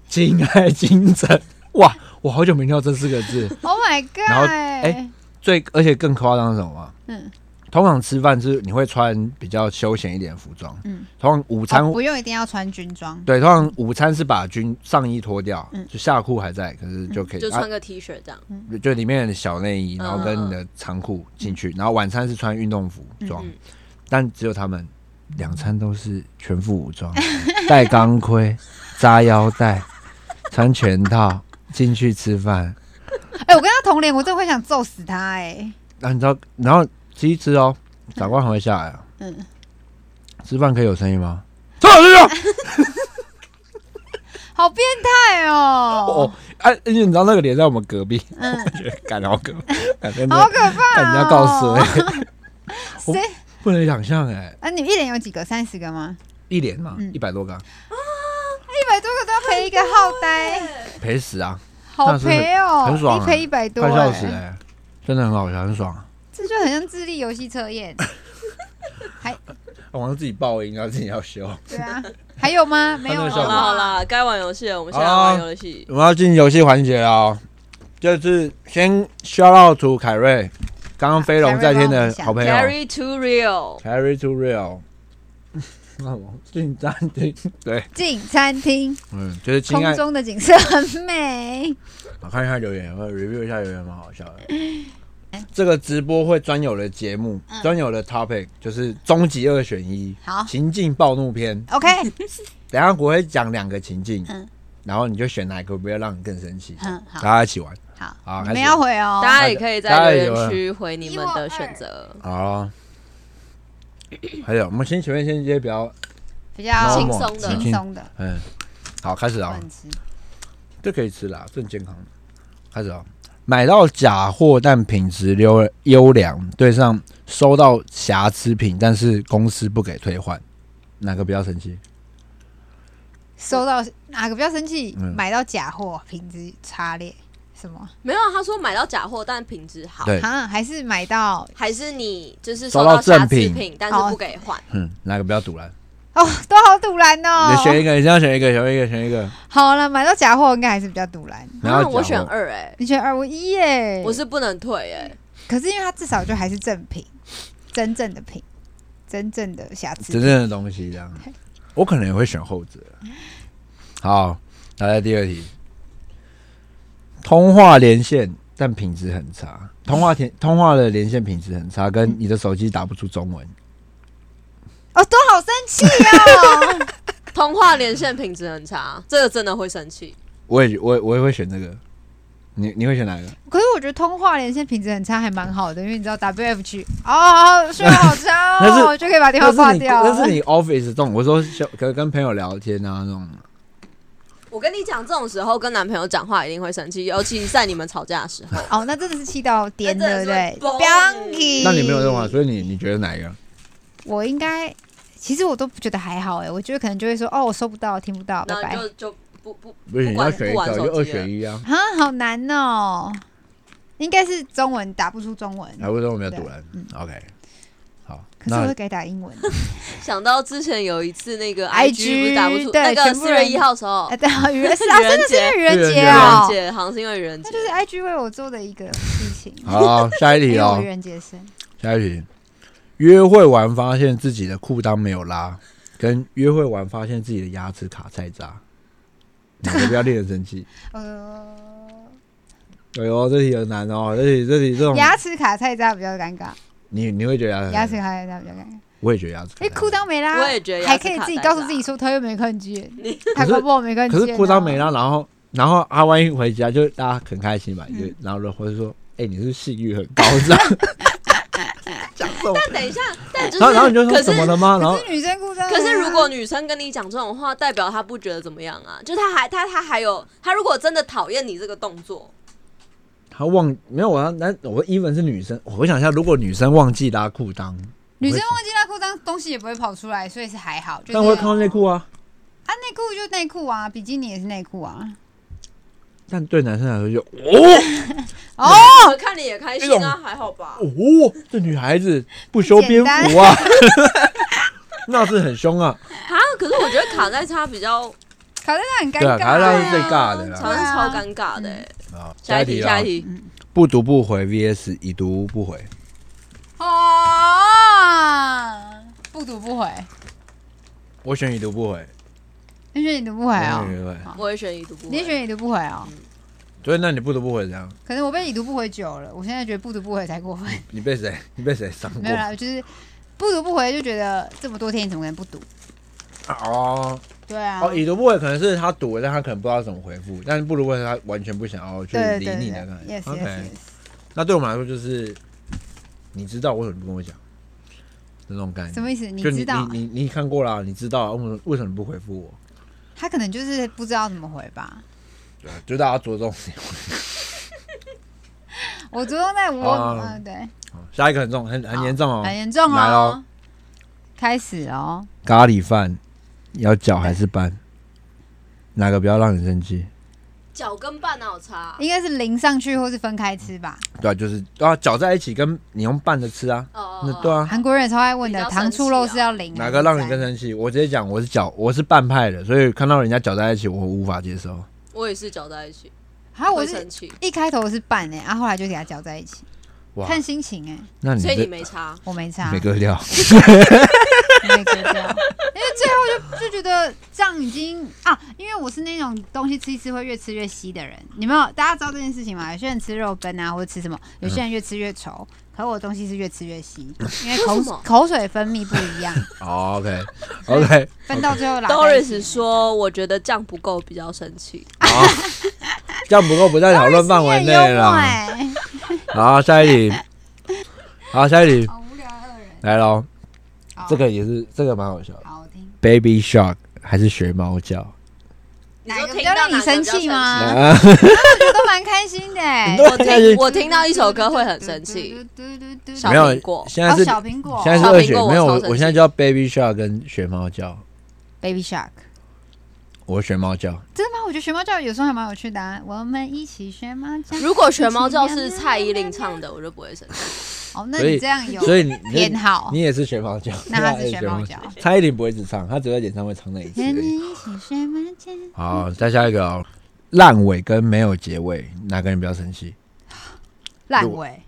[SPEAKER 4] 敬爱精神，哇！我好久没听到这四个字，
[SPEAKER 2] Oh my God！哦
[SPEAKER 4] 然后哎最而且更夸张是什么吗？
[SPEAKER 2] 嗯，
[SPEAKER 4] 通常吃饭是你会穿比较休闲一点的服装，
[SPEAKER 2] 嗯，
[SPEAKER 4] 通常午餐、
[SPEAKER 2] 哦不用一定要穿军装，
[SPEAKER 4] 对，通常午餐是把军上衣脱掉，
[SPEAKER 2] 嗯
[SPEAKER 4] 就下裤还在，可是就可以、
[SPEAKER 5] 就
[SPEAKER 4] 啊
[SPEAKER 5] 穿个 T 恤这样。
[SPEAKER 4] 就里面的小内衣，
[SPEAKER 5] 嗯
[SPEAKER 4] 然后跟你的长
[SPEAKER 2] 嗯
[SPEAKER 4] 裤进去，然后晚餐是穿运动服装，
[SPEAKER 5] 嗯
[SPEAKER 4] 但只有他们两餐都是全副武装， 戴钢盔、扎腰带、穿全套进去吃饭。
[SPEAKER 2] 哎，我跟他同龄，我真的会想揍死他，哎，
[SPEAKER 4] 那、啊你知道，然后吃一吃哦，长官还会下来、啊。
[SPEAKER 2] 嗯
[SPEAKER 4] 吃饭可以有声音啊吗？ 吃好吃好。
[SPEAKER 2] 好变态
[SPEAKER 4] 哦
[SPEAKER 2] 哦，，
[SPEAKER 4] 哎、而且你知道那个脸在我们隔壁，
[SPEAKER 2] 嗯
[SPEAKER 4] 我觉得 干好可怕，感觉
[SPEAKER 2] 好啊可怕，哦
[SPEAKER 4] 感觉要告诉
[SPEAKER 2] 谁？
[SPEAKER 4] 哎， 不能想象哎、
[SPEAKER 2] 啊，你们一年有几个？三十个吗？
[SPEAKER 4] 一脸嘛，
[SPEAKER 2] 嗯
[SPEAKER 4] 一百多个啊，
[SPEAKER 2] 一百多个都要赔一个浩呆，
[SPEAKER 4] 赔死啊！
[SPEAKER 2] 好赔哦，
[SPEAKER 4] 那是很很爽啊
[SPEAKER 2] 一赔一百多，
[SPEAKER 4] 快笑死
[SPEAKER 2] 哎，
[SPEAKER 4] 哎、真的很好笑，很爽、啊。
[SPEAKER 2] 这就很像智力游戏测验，
[SPEAKER 4] 我好像啊自己报应，然后自己要修。
[SPEAKER 2] 对啊，还有 吗？没有了
[SPEAKER 4] 那个
[SPEAKER 5] 好
[SPEAKER 4] 效
[SPEAKER 5] 啦
[SPEAKER 4] 果
[SPEAKER 5] 好
[SPEAKER 2] 吧，
[SPEAKER 5] 啦，该玩游戏了，我们现在
[SPEAKER 4] 好啦
[SPEAKER 5] 玩游戏。
[SPEAKER 4] 我们要进游戏环节了哦，就是先 shout out to 凯瑞，刚刚飞龙在天的好朋友
[SPEAKER 5] Gary Too Real，
[SPEAKER 4] Carry to Real。那我进餐厅，对，
[SPEAKER 2] 进餐厅，
[SPEAKER 4] 嗯，就是亲爱
[SPEAKER 2] 空，中的景色很美，
[SPEAKER 4] 我看一下留言，我 review 一下留言，蛮好笑的。
[SPEAKER 2] 哎
[SPEAKER 4] 这个直播会专有的节目，专有的 topic 就是终极二选一，
[SPEAKER 2] 嗯好
[SPEAKER 4] 情境暴怒篇。
[SPEAKER 2] ，OK，
[SPEAKER 4] 等一下我会讲两个情境，
[SPEAKER 2] 嗯
[SPEAKER 4] 然后你就选哪一个，不要让你更生气。
[SPEAKER 2] 嗯
[SPEAKER 4] 大
[SPEAKER 2] 好
[SPEAKER 4] 家一起玩
[SPEAKER 2] 好，
[SPEAKER 4] 好
[SPEAKER 2] 你
[SPEAKER 4] 开
[SPEAKER 2] 们
[SPEAKER 4] 始
[SPEAKER 2] 要回哦，
[SPEAKER 5] 大家也可以在留言区回你们的
[SPEAKER 2] 一或二
[SPEAKER 5] 选择。
[SPEAKER 4] 好啊！还有，我们先前面先一些比较，
[SPEAKER 2] 比较
[SPEAKER 5] 轻松的
[SPEAKER 2] 轻松的，
[SPEAKER 4] 嗯，好，开始啊，
[SPEAKER 2] 乱吃，
[SPEAKER 4] 这可以吃啦，这很健康。开始啊，买到假货但品质优优良，对上收到瑕疵品，但是公司不给退换，哪个比较生气？
[SPEAKER 2] 收到哪个比较生气？
[SPEAKER 4] 嗯
[SPEAKER 2] 买到假货，品质差劣，什么？
[SPEAKER 5] 没有啊，他说买到假货但品质好，
[SPEAKER 4] 对，
[SPEAKER 2] 啊，还是买到
[SPEAKER 5] 还是你就是
[SPEAKER 4] 收到
[SPEAKER 5] 到瑕
[SPEAKER 4] 正
[SPEAKER 5] 疵
[SPEAKER 4] 品
[SPEAKER 5] 品，但是不给换。
[SPEAKER 4] 嗯，哪个比较堵然？
[SPEAKER 2] 哦，都好堵然
[SPEAKER 4] 你选
[SPEAKER 2] 哦。
[SPEAKER 4] 一个，你这样选一个，选一个，选一个。
[SPEAKER 2] 好了，买到假货应该还是比较堵然。
[SPEAKER 4] 然后
[SPEAKER 5] 我选二哎，
[SPEAKER 2] 你选二我一耶，
[SPEAKER 5] 我是不能退哎，
[SPEAKER 2] 可是因为它至少就还是正品，真正的品，真正的瑕疵
[SPEAKER 4] 真正的东西这样。我可能也会选后者。好，来来第二题，通话连线但品质很差，通话天通话的连线品质很差，跟你的手机打不出中文，
[SPEAKER 2] 哦，都好生气哦。
[SPEAKER 5] 通话连线品质很差，这个真的会生气。
[SPEAKER 4] 我也我也我也会选这个。你你会选哪个？
[SPEAKER 2] 可是我觉得通话连线品质很差，还蛮好的，因为你知道 WFG 哦，睡得好差
[SPEAKER 4] 那
[SPEAKER 2] 哦，就可以把电话挂
[SPEAKER 4] 是你
[SPEAKER 2] 掉。
[SPEAKER 4] 那是你 office 这种，我说小可跟朋友聊天啊那种，
[SPEAKER 5] 我跟你讲，这种时候跟男朋友讲话一定会生气，尤其在你们吵架的时 候。
[SPEAKER 2] 哦，那真的是气到颠，
[SPEAKER 5] 那
[SPEAKER 2] 对不
[SPEAKER 5] 真的
[SPEAKER 2] 对
[SPEAKER 5] 是崩
[SPEAKER 2] ？Bianchi，
[SPEAKER 4] 那你没有用啊，所以你你觉得哪一个？
[SPEAKER 2] 我应该，其实我都觉得还好哎、我觉得可能就会说，哦，我收不到，听不到，拜
[SPEAKER 5] 那
[SPEAKER 2] 拜。
[SPEAKER 5] 就就不不
[SPEAKER 4] 不行，你
[SPEAKER 5] 不管
[SPEAKER 4] 要选一
[SPEAKER 5] 不玩
[SPEAKER 4] 个，就
[SPEAKER 5] 手机
[SPEAKER 4] 二
[SPEAKER 5] 了
[SPEAKER 4] 选一啊。
[SPEAKER 2] 啊，好难哦、应该是中文打不出中文，
[SPEAKER 4] 啊，为什么没有堵
[SPEAKER 2] 对
[SPEAKER 4] 人
[SPEAKER 2] 嗯
[SPEAKER 4] ？OK，好，
[SPEAKER 2] 可是我
[SPEAKER 4] 那
[SPEAKER 2] 会改打英文。
[SPEAKER 5] 想到之前有一次那个
[SPEAKER 2] IG
[SPEAKER 5] IG 不是打不出
[SPEAKER 2] 对
[SPEAKER 5] 那个
[SPEAKER 2] 全部
[SPEAKER 5] 四
[SPEAKER 2] 人
[SPEAKER 5] 月一号的时候
[SPEAKER 2] 哎，，对 啊，愚人节啊，真的是因为愚人节
[SPEAKER 5] 愚
[SPEAKER 2] 啊
[SPEAKER 5] 人，节好像是因为愚人节
[SPEAKER 2] 那就，是 IG 为我做的一个事情，
[SPEAKER 4] 好，下一
[SPEAKER 2] 因
[SPEAKER 4] 题
[SPEAKER 2] 为
[SPEAKER 4] 哦
[SPEAKER 2] 我愚。人节生。
[SPEAKER 4] 下一题，约会完发现自己的裤裆没有拉，跟约会完发现自己的牙齿卡菜渣，哪个比较令人生气？
[SPEAKER 2] 呃，
[SPEAKER 4] 哎呦，这题很难哦，这题这题这种
[SPEAKER 2] 牙齿卡菜渣比较尴尬，
[SPEAKER 4] 你你会觉得
[SPEAKER 2] 牙齿卡菜渣比较尴尬。
[SPEAKER 4] 我也觉得鸭子。
[SPEAKER 2] 哎，裤裆没拉，
[SPEAKER 5] 我也觉得
[SPEAKER 2] 还
[SPEAKER 5] 牙齿
[SPEAKER 2] 可以
[SPEAKER 5] 卡
[SPEAKER 2] 自己
[SPEAKER 5] 带
[SPEAKER 2] 告诉
[SPEAKER 5] 拉
[SPEAKER 2] 自己说，他又没看见，他
[SPEAKER 4] 可是
[SPEAKER 2] 搞不好没看
[SPEAKER 4] 可
[SPEAKER 2] 见。啊
[SPEAKER 4] 是裤裆没，拉，然后然后他万一回家就大家很开心嘛，
[SPEAKER 5] 嗯
[SPEAKER 4] 就然后或者说，哎、你是性欲很高 涨，讲什么？
[SPEAKER 5] 等一下，但就是
[SPEAKER 4] 然后然后你就
[SPEAKER 5] 可
[SPEAKER 4] 说
[SPEAKER 5] 是
[SPEAKER 4] 怎么了吗？然后
[SPEAKER 2] 可是女生裤裆没拉，
[SPEAKER 5] 可是如果女生跟你讲这种话，代表她不觉得怎么样啊？就她还她她还有她如果真的讨厌你这个动作，
[SPEAKER 4] 他忘没有我要那我一文是女生，我回想一下，如果女生忘记拉裤
[SPEAKER 5] 啊
[SPEAKER 4] 裆，
[SPEAKER 2] 女生忘记拉裤裆，东西也不会跑出来，所以是还好。就是
[SPEAKER 4] 但我会看到内裤啊。
[SPEAKER 2] 啊，内裤就内裤啊，比基尼也是内裤啊。
[SPEAKER 4] 但对男生来说就
[SPEAKER 2] 哦，
[SPEAKER 5] 我看你也开心啊，还好吧？
[SPEAKER 4] 哦，这女孩子不修边幅啊， 那是很凶啊。
[SPEAKER 5] 啊，可是我觉得卡在她比较，
[SPEAKER 2] 卡在那很尴
[SPEAKER 4] 对啊，
[SPEAKER 2] 尬，
[SPEAKER 4] 卡在
[SPEAKER 5] 拉
[SPEAKER 4] 是最尬的
[SPEAKER 5] 好
[SPEAKER 4] 啦。
[SPEAKER 5] 像是超尴尬的
[SPEAKER 2] 嗯
[SPEAKER 5] 欸。
[SPEAKER 4] 好
[SPEAKER 5] 下一题，
[SPEAKER 4] 啦
[SPEAKER 5] 下一题，
[SPEAKER 4] 啊不读不回 VS 已读不回，
[SPEAKER 2] 哦，不读不回，
[SPEAKER 4] 我选已读不回。
[SPEAKER 2] 你选你读不回哦
[SPEAKER 5] 啊
[SPEAKER 4] 我，选已读不回
[SPEAKER 5] 我也选已读不
[SPEAKER 2] 你也
[SPEAKER 5] 回。
[SPEAKER 2] 选已读不回哦。
[SPEAKER 4] 所以那你不读不回怎样？
[SPEAKER 2] 可能我被已读不回久了，我现在觉得不读不回才过 分。
[SPEAKER 4] 你被谁？你被谁伤
[SPEAKER 2] 没
[SPEAKER 4] 过
[SPEAKER 2] 有？啦，就是不读不回就觉得这么多天你怎么可能不读？
[SPEAKER 4] 哦
[SPEAKER 2] 对啊，
[SPEAKER 4] 哦，已读不回可能是他读了，但他可能不知道怎么回复，但是不读不回他完全不想要去
[SPEAKER 2] 对
[SPEAKER 4] 理
[SPEAKER 2] 对
[SPEAKER 4] 你
[SPEAKER 2] 对
[SPEAKER 4] 的感觉。
[SPEAKER 2] ，yes yes
[SPEAKER 4] OK，
[SPEAKER 2] yes。
[SPEAKER 4] 那对我们来说就是，你知道为什么不跟我讲？那种感觉
[SPEAKER 2] 什么意思？你
[SPEAKER 4] 就
[SPEAKER 2] 知道
[SPEAKER 4] 你你你看过啦，你知道为什么为什么你不回复我？
[SPEAKER 2] 他可能就是不知道怎么回吧。嗯
[SPEAKER 4] 对，就大家着重点。
[SPEAKER 2] 我昨天在我
[SPEAKER 4] 啊
[SPEAKER 2] 嗯对，
[SPEAKER 4] 好下一个很重，很很严重哦，
[SPEAKER 2] 很严重
[SPEAKER 4] 来
[SPEAKER 2] 哦
[SPEAKER 4] 咯。
[SPEAKER 2] 开始哦，
[SPEAKER 4] 咖喱饭要搅还是拌？哪个比较让你生气？
[SPEAKER 5] 脚跟半哪有差啊？
[SPEAKER 2] 应该是淋上去或是分开吃吧。
[SPEAKER 4] 对啊，就是啊，搅在一起跟你用拌着吃啊。
[SPEAKER 5] 哦
[SPEAKER 4] 那对，啊，
[SPEAKER 2] 韩国人也超爱问的
[SPEAKER 5] 比，较哦
[SPEAKER 2] 糖醋肉是要淋
[SPEAKER 4] 哪个让你更
[SPEAKER 2] 跟？
[SPEAKER 4] 生气？我直接讲，我是搅，我是拌派的，所以看到人家搅在一起，我无法接受。
[SPEAKER 5] 我也是搅在一起，
[SPEAKER 2] 还有啊我
[SPEAKER 5] 会
[SPEAKER 2] 是
[SPEAKER 5] 生气，
[SPEAKER 2] 一开头是拌哎，啊后来就给它搅在一起，
[SPEAKER 4] 哇，
[SPEAKER 2] 看心情哎，
[SPEAKER 4] 那你
[SPEAKER 5] 所以你
[SPEAKER 4] 这
[SPEAKER 5] 没啊差。
[SPEAKER 2] 我没差，
[SPEAKER 4] 每个 料，
[SPEAKER 2] 那个这样，因为最后就就觉得这样已经啊，因为我是那种东西吃一吃会越吃越稀的人，你们有大家知道这件事情吗？有些人吃肉羹啊，或者吃什么，有些人越吃越稠，可我的东西是越吃越稀，因为口
[SPEAKER 5] 为什么
[SPEAKER 2] 口水分泌不一 样，
[SPEAKER 4] 哦，OK OK，
[SPEAKER 2] 分到最后拉在一起
[SPEAKER 5] Doris 说：“我觉得酱不够，比较生 气。
[SPEAKER 4] 好，这样不够，不在讨论范围
[SPEAKER 2] 你
[SPEAKER 4] 内
[SPEAKER 2] 很幽 默
[SPEAKER 4] 啦。
[SPEAKER 2] 哎
[SPEAKER 4] 好，下一题，好，下一题
[SPEAKER 2] 好无聊的恶人，
[SPEAKER 4] 来喽，
[SPEAKER 2] 好
[SPEAKER 4] 这个也是，这个蛮好笑的。
[SPEAKER 2] 好我听，
[SPEAKER 4] Baby Shark 还是学猫叫？”
[SPEAKER 5] 你
[SPEAKER 2] 哪
[SPEAKER 5] 说
[SPEAKER 2] 个比
[SPEAKER 5] 听
[SPEAKER 2] 较
[SPEAKER 5] 到
[SPEAKER 2] 让你
[SPEAKER 5] 哪个比较
[SPEAKER 2] 生
[SPEAKER 5] 生
[SPEAKER 2] 气吗
[SPEAKER 5] 气
[SPEAKER 4] 啊，
[SPEAKER 2] 这都蛮开心的哎、
[SPEAKER 4] 对
[SPEAKER 5] 我听我听到一首歌会很生气，
[SPEAKER 2] 嘟嘟嘟嘟嘟嘟
[SPEAKER 5] 小
[SPEAKER 4] 没有
[SPEAKER 5] 苹果，
[SPEAKER 4] 现在是
[SPEAKER 2] 哦小苹果，
[SPEAKER 4] 现在是
[SPEAKER 5] 小
[SPEAKER 4] 二
[SPEAKER 5] 苹
[SPEAKER 4] 选
[SPEAKER 5] 果，我
[SPEAKER 4] 没有，
[SPEAKER 5] 超
[SPEAKER 4] 我
[SPEAKER 5] 生
[SPEAKER 4] 我现在
[SPEAKER 5] 气
[SPEAKER 4] 叫 Baby Shark 跟学猫叫，
[SPEAKER 2] Baby Shark。
[SPEAKER 4] 我学猫叫。
[SPEAKER 2] 真的吗？我觉得学猫叫有时候还蛮有趣的、啊。我们一起学猫叫。
[SPEAKER 5] 如果学猫叫是蔡依林唱的，我就不会生气。
[SPEAKER 2] 哦，那
[SPEAKER 4] 所以
[SPEAKER 2] 你这样有
[SPEAKER 4] 所以你
[SPEAKER 2] 偏好
[SPEAKER 4] 你，也是学猫叫，
[SPEAKER 2] 那他是
[SPEAKER 4] 对啊
[SPEAKER 2] 学猫叫。
[SPEAKER 4] 蔡依林不会只唱，她只会演唱会唱那一次
[SPEAKER 2] 我
[SPEAKER 4] 而
[SPEAKER 2] 们
[SPEAKER 4] 已。
[SPEAKER 2] 一起学猫叫。
[SPEAKER 4] 好，再下一个哦，烂尾跟没有结尾，哪个人比较生气？
[SPEAKER 2] 烂尾，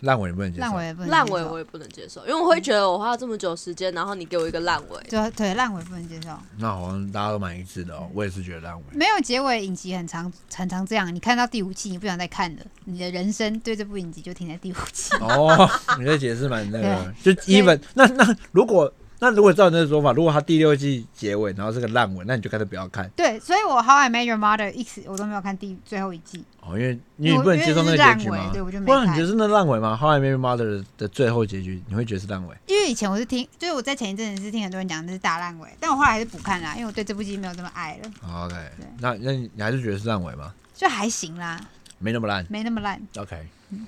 [SPEAKER 4] 烂尾你不能接
[SPEAKER 2] 烂
[SPEAKER 4] 受。
[SPEAKER 2] 尾也不能接
[SPEAKER 5] 烂
[SPEAKER 2] 受
[SPEAKER 5] 尾我也不能接受，因为我会觉得我花了这么久时间，然后你给我一个烂尾，
[SPEAKER 2] 对对，烂尾不能接受。
[SPEAKER 4] 那好像大家都蛮一致的哦，我也是觉得 烂尾。
[SPEAKER 2] 没有结尾影集很常很常这样，你看到第五季你不想再看了，你的人生对这部影集就停在第五 季。
[SPEAKER 4] 哦，你这解释蛮那个，就 even 那那如果那如果照你的说法，如果他第六季结尾然后是个烂尾，那你就干脆不要看
[SPEAKER 2] 对，所以我《How I Met Your Mother》一直我都没有看第最后一季，
[SPEAKER 4] 哦，因为因为你不能接受那个结
[SPEAKER 2] 我因为是
[SPEAKER 4] 局嘛
[SPEAKER 2] 烂尾对我就。没
[SPEAKER 4] 不然你
[SPEAKER 2] 看
[SPEAKER 4] 觉得是那烂尾吗？How I Met Your Mother 的的最后结局，你会觉得是烂尾？
[SPEAKER 2] 因为以前我是听，就是我在前一阵子是听很多人讲这是大烂尾，但我后来还是补看啦，因为我对这部剧没有这么爱了，
[SPEAKER 4] OK，那那你你还是觉得是烂尾吗？
[SPEAKER 2] 就还行啦，
[SPEAKER 4] 没那么烂。
[SPEAKER 2] 没那么 烂。
[SPEAKER 4] OK，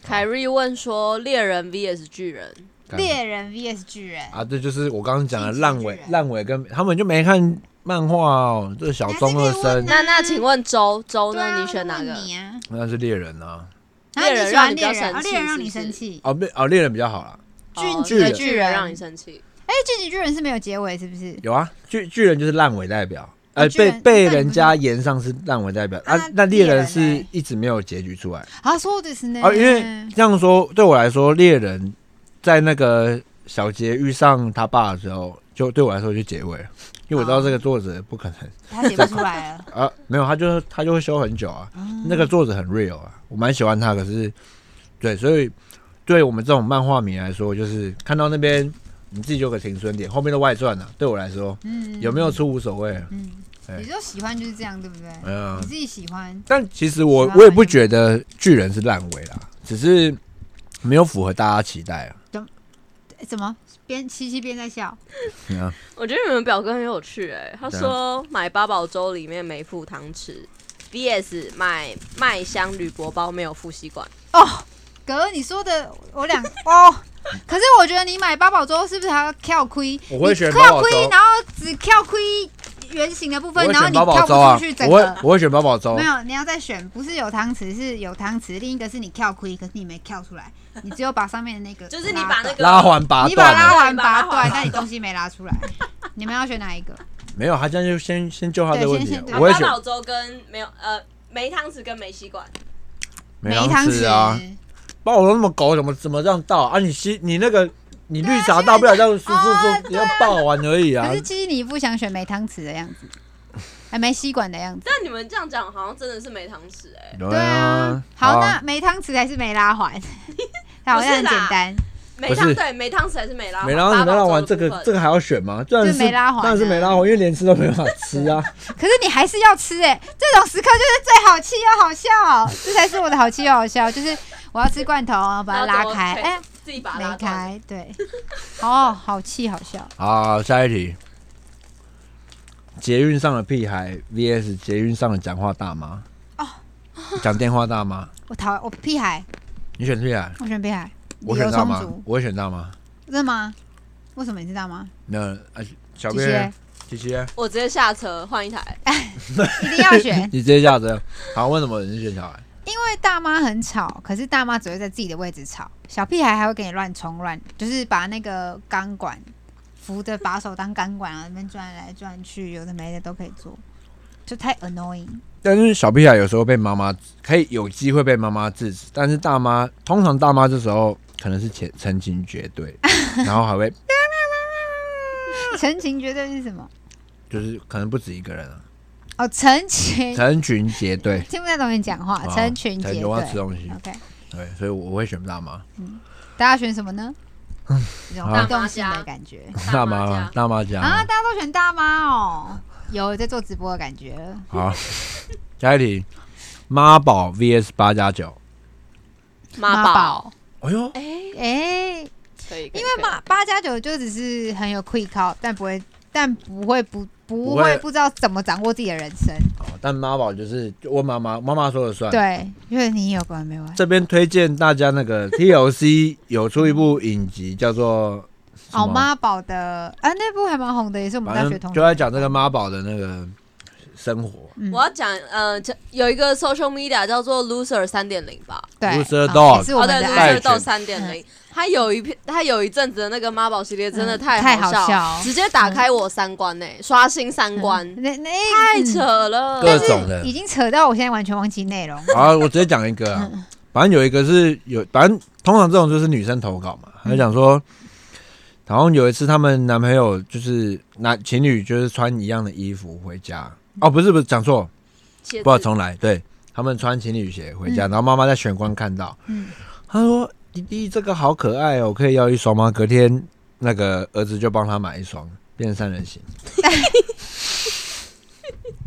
[SPEAKER 5] 凯瑞问说：“猎人 VS 巨人，
[SPEAKER 4] 干
[SPEAKER 2] 猎人 VS 巨人，
[SPEAKER 4] 啊，这就是我刚刚讲的
[SPEAKER 2] 进击
[SPEAKER 4] 烂
[SPEAKER 2] 巨
[SPEAKER 4] 尾，
[SPEAKER 2] 人
[SPEAKER 4] 烂尾跟他们就没看漫画哦，这小中二生
[SPEAKER 2] 那
[SPEAKER 5] 那那请问周周
[SPEAKER 2] 对啊
[SPEAKER 5] 呢？你选哪
[SPEAKER 2] 问
[SPEAKER 5] 个？
[SPEAKER 2] 你啊？
[SPEAKER 4] 那是猎人啊，
[SPEAKER 2] 然后
[SPEAKER 5] 猎
[SPEAKER 2] 你
[SPEAKER 5] 人
[SPEAKER 2] 喜
[SPEAKER 5] 让
[SPEAKER 2] 欢
[SPEAKER 5] 你比
[SPEAKER 2] 猎人，
[SPEAKER 5] 较生
[SPEAKER 2] 啊，猎人
[SPEAKER 5] 气
[SPEAKER 2] 让
[SPEAKER 5] 是
[SPEAKER 2] 你
[SPEAKER 5] 不是
[SPEAKER 2] 生气。
[SPEAKER 4] 哦，猎哦猎人比较好啦，
[SPEAKER 5] 哦
[SPEAKER 2] 巨人
[SPEAKER 5] 巨人让你生气，
[SPEAKER 2] 哎，这集巨人是没有结尾，是不 是？
[SPEAKER 4] 有啊，巨巨人就是烂尾代表，呃，
[SPEAKER 2] 哦巨
[SPEAKER 4] 被
[SPEAKER 2] 人
[SPEAKER 4] 被
[SPEAKER 2] 那你
[SPEAKER 4] 人
[SPEAKER 2] 不是
[SPEAKER 4] 家言上是烂尾代表啊
[SPEAKER 2] 啊，
[SPEAKER 4] 那猎
[SPEAKER 2] 猎
[SPEAKER 4] 人
[SPEAKER 2] 人
[SPEAKER 4] 是
[SPEAKER 2] 嘞
[SPEAKER 4] 一直没有结局出来
[SPEAKER 2] 啊，そうですね。
[SPEAKER 4] 啊，因为这样说对我来说，猎人在那个小杰遇上他爸的时候，就对我来说就结尾了，因为我知道这个作者不可能。
[SPEAKER 2] 他写不出来 了。
[SPEAKER 4] 啊，没有，他就他就会修很久
[SPEAKER 2] 哦
[SPEAKER 4] 啊。那个作者很 real 啊，我蛮喜欢他。可是，对，所以对我们这种漫画迷来说，就是看到那边你自己有个停损点，后面的外传呢、对我来说
[SPEAKER 2] 嗯，
[SPEAKER 4] 有没哎有出无所谓。啊
[SPEAKER 2] 嗯，
[SPEAKER 4] 对
[SPEAKER 2] 你就喜欢就是这样，对不对？
[SPEAKER 4] 嗯
[SPEAKER 2] 你，自己喜欢，
[SPEAKER 4] 但其实我
[SPEAKER 2] 喜欢
[SPEAKER 4] 我也
[SPEAKER 2] 吗
[SPEAKER 4] 不觉得巨人是烂尾啦，只是没有符合大家期待啊。
[SPEAKER 2] 诶怎哎么边七七边在笑？
[SPEAKER 4] 嗯
[SPEAKER 5] 我觉得你们表哥很有趣哎、他
[SPEAKER 4] 怎样
[SPEAKER 5] 说买八宝粥里面没附汤匙，VS 买麦香铝箔包没有附吸管。
[SPEAKER 2] 哦，哥，你说的我 两哦，可是我觉得你买八宝粥是不是还要跳亏？
[SPEAKER 4] 我会选
[SPEAKER 2] 你
[SPEAKER 4] 八
[SPEAKER 2] 跳
[SPEAKER 4] 宝
[SPEAKER 2] 亏
[SPEAKER 4] 粥，
[SPEAKER 2] 然后只跳亏圆形的部
[SPEAKER 4] 我
[SPEAKER 2] 分，
[SPEAKER 4] 会
[SPEAKER 2] 然后
[SPEAKER 4] 选
[SPEAKER 2] 你
[SPEAKER 4] 八宝
[SPEAKER 2] 跳
[SPEAKER 4] 粥啊
[SPEAKER 2] 不出去，整
[SPEAKER 4] 我会
[SPEAKER 2] 个。
[SPEAKER 4] 我会选八宝粥
[SPEAKER 2] 没。有，你要再选，不是有汤匙，是有汤匙。另一个是你跳亏，可是你没跳出来，你只有把上面的那个
[SPEAKER 5] 就是你
[SPEAKER 2] 拉
[SPEAKER 5] 把
[SPEAKER 2] 断
[SPEAKER 5] 那个
[SPEAKER 4] 拉环拔
[SPEAKER 2] 你把
[SPEAKER 4] 断啊了，
[SPEAKER 2] 拉环拔
[SPEAKER 5] 对把
[SPEAKER 2] 断，
[SPEAKER 5] 拉环
[SPEAKER 2] 但你东西没拉出 来。你们要选哪一个？
[SPEAKER 4] 没有，他这样就先先救他
[SPEAKER 2] 对
[SPEAKER 4] 这个问
[SPEAKER 2] 先
[SPEAKER 4] 题啊
[SPEAKER 2] 先。对
[SPEAKER 4] 我会
[SPEAKER 5] 八
[SPEAKER 4] 选
[SPEAKER 5] 宝粥跟没有呃没汤匙跟没吸管，
[SPEAKER 4] 没
[SPEAKER 2] 汤
[SPEAKER 4] 匙啊，把我那么狗怎么怎么这样倒啊？你吸你那个你绿茶倒不了这样速速
[SPEAKER 2] 哦
[SPEAKER 4] 速，你要爆完而已啊
[SPEAKER 2] 可是。其实你不想选没汤匙的样子，还没吸管的样子。
[SPEAKER 5] 但你们这样讲好像真的是没汤匙哎、
[SPEAKER 4] 对
[SPEAKER 2] 对啊，好，那没汤匙还是没拉环？ 好像很简单，
[SPEAKER 5] 没
[SPEAKER 4] 不
[SPEAKER 5] 汤
[SPEAKER 4] 是
[SPEAKER 5] 对没汤匙还是没拉环，
[SPEAKER 4] 没拉完
[SPEAKER 5] 八
[SPEAKER 4] 没
[SPEAKER 5] 宝
[SPEAKER 4] 拉
[SPEAKER 5] 粥
[SPEAKER 4] 完
[SPEAKER 5] 的
[SPEAKER 4] 这个
[SPEAKER 5] 部分
[SPEAKER 4] 这个还要选吗？当然是
[SPEAKER 2] 就没拉环啊
[SPEAKER 4] 当然是没拉环，因为连吃都没办法吃啊。
[SPEAKER 2] 可是你还是要吃哎、这种时刻就是最好气又好笑，这才是我的好气又好笑，就是我要吃罐头，然后把它拉开，哎、
[SPEAKER 5] 然后怎么自己把它拉
[SPEAKER 2] 没
[SPEAKER 5] 断
[SPEAKER 2] 开，对，哦，好气好笑，
[SPEAKER 4] 好，下一题。捷运上的屁孩 vs 捷运上的讲话大妈。
[SPEAKER 2] 哦，
[SPEAKER 4] 讲电话大妈，
[SPEAKER 2] 我讨我屁孩，
[SPEAKER 4] 你选屁孩，
[SPEAKER 2] 我选屁孩，
[SPEAKER 4] 我
[SPEAKER 2] 理
[SPEAKER 4] 选
[SPEAKER 2] 由
[SPEAKER 4] 大
[SPEAKER 2] 充
[SPEAKER 4] 妈
[SPEAKER 2] 足，，
[SPEAKER 4] 我会选大妈。
[SPEAKER 2] 真的吗？为什么你知道吗？
[SPEAKER 4] 那啊，小
[SPEAKER 2] 这
[SPEAKER 4] 编啊
[SPEAKER 2] 些
[SPEAKER 4] 琪琪呢，
[SPEAKER 5] 我直接下车换一台，
[SPEAKER 2] 一定要选，
[SPEAKER 4] 你直接下车。好，为什么你是选小孩？
[SPEAKER 2] 因为大妈很吵，可是大妈只会在自己的位置吵，小屁孩还会给你乱冲乱，就是把那个钢管扶着把手当钢管啊，那边转来转去，有的没的都可以做，就太 annoying。
[SPEAKER 4] 但是小屁孩有时候被妈妈可以有机会被妈妈制止，但是大妈通常大妈这时候可能是前成群结 队，然后还会
[SPEAKER 2] 成群绝对是什么？
[SPEAKER 4] 就是可能不止一个人啊，
[SPEAKER 2] 哦，成群，
[SPEAKER 4] 成群结队，
[SPEAKER 2] 听不太懂你讲话，
[SPEAKER 4] 啊
[SPEAKER 2] 成群结
[SPEAKER 4] 成我要吃
[SPEAKER 2] 队。
[SPEAKER 4] 东西，
[SPEAKER 2] OK，
[SPEAKER 4] 对，所以我会选大妈，
[SPEAKER 2] 大家选什么 呢？这种
[SPEAKER 4] 好
[SPEAKER 2] 互动性的感觉
[SPEAKER 4] 大
[SPEAKER 5] 大
[SPEAKER 4] 妈
[SPEAKER 5] 妈
[SPEAKER 4] 嘛
[SPEAKER 5] 家
[SPEAKER 4] 大妈家
[SPEAKER 2] 啊，
[SPEAKER 4] 嘛，
[SPEAKER 2] 大家都选大妈哦，有在做直播的感觉了。
[SPEAKER 4] 好，下一题，妈宝 VS 八加九，
[SPEAKER 2] 妈
[SPEAKER 5] 妈宝
[SPEAKER 2] 宝
[SPEAKER 4] 哎呦，
[SPEAKER 2] 哎、
[SPEAKER 5] 可以，
[SPEAKER 2] 因
[SPEAKER 5] 因
[SPEAKER 2] 为 八八加九就只是很有 quick call，但不会，但不会不不
[SPEAKER 4] 会
[SPEAKER 2] 会不知道怎么掌握自己的人生。
[SPEAKER 4] 好，哦但妈宝就是就问妈妈，妈妈说了算，
[SPEAKER 2] 对，因为你有关没完。
[SPEAKER 4] 这边推荐大家那个 TLC 有出一部影集叫做什么
[SPEAKER 2] 哦，妈宝的啊，那部还蛮红的，也是我们大
[SPEAKER 4] 反
[SPEAKER 2] 学
[SPEAKER 4] 正
[SPEAKER 2] 同
[SPEAKER 4] 就
[SPEAKER 2] 学。
[SPEAKER 4] 在讲这个妈宝的那个生活。
[SPEAKER 2] 嗯
[SPEAKER 5] 我要讲，呃，这有一个 social media 叫做 loser 三点零吧，
[SPEAKER 2] 对，
[SPEAKER 4] Loser
[SPEAKER 2] 啊
[SPEAKER 4] Dog
[SPEAKER 2] 也是我
[SPEAKER 5] 哦
[SPEAKER 2] 们
[SPEAKER 5] 对
[SPEAKER 2] 的
[SPEAKER 4] 带
[SPEAKER 2] 爱。
[SPEAKER 5] ，loser 到三点零，他有一篇，他有一阵子的那个妈宝系列真的太
[SPEAKER 2] 太好
[SPEAKER 5] 好
[SPEAKER 2] 笑
[SPEAKER 5] 直接打开我三观呢，刷新三观，
[SPEAKER 2] 那那
[SPEAKER 5] 太
[SPEAKER 2] 嗯
[SPEAKER 5] 扯了，
[SPEAKER 4] 各种的
[SPEAKER 2] 已经扯到我现在完全忘记内容。
[SPEAKER 4] 好，我直接讲一个、啊，
[SPEAKER 2] 嗯
[SPEAKER 4] 反正有一个是有，反正通常这种就是女生投稿嘛，
[SPEAKER 2] 嗯
[SPEAKER 4] 她就讲说，然后有一次他们男朋友就是男情侣就是穿一样的衣服回家，哦，不是不是讲错，
[SPEAKER 5] 切
[SPEAKER 4] 不好
[SPEAKER 5] 字
[SPEAKER 4] 重来，对他们穿情侣鞋回家，然后妈妈在玄关看到，
[SPEAKER 2] 嗯
[SPEAKER 4] 她说弟弟这个好可爱哦，可以要一双吗？隔天那个儿子就帮他买一双，变成三 人行。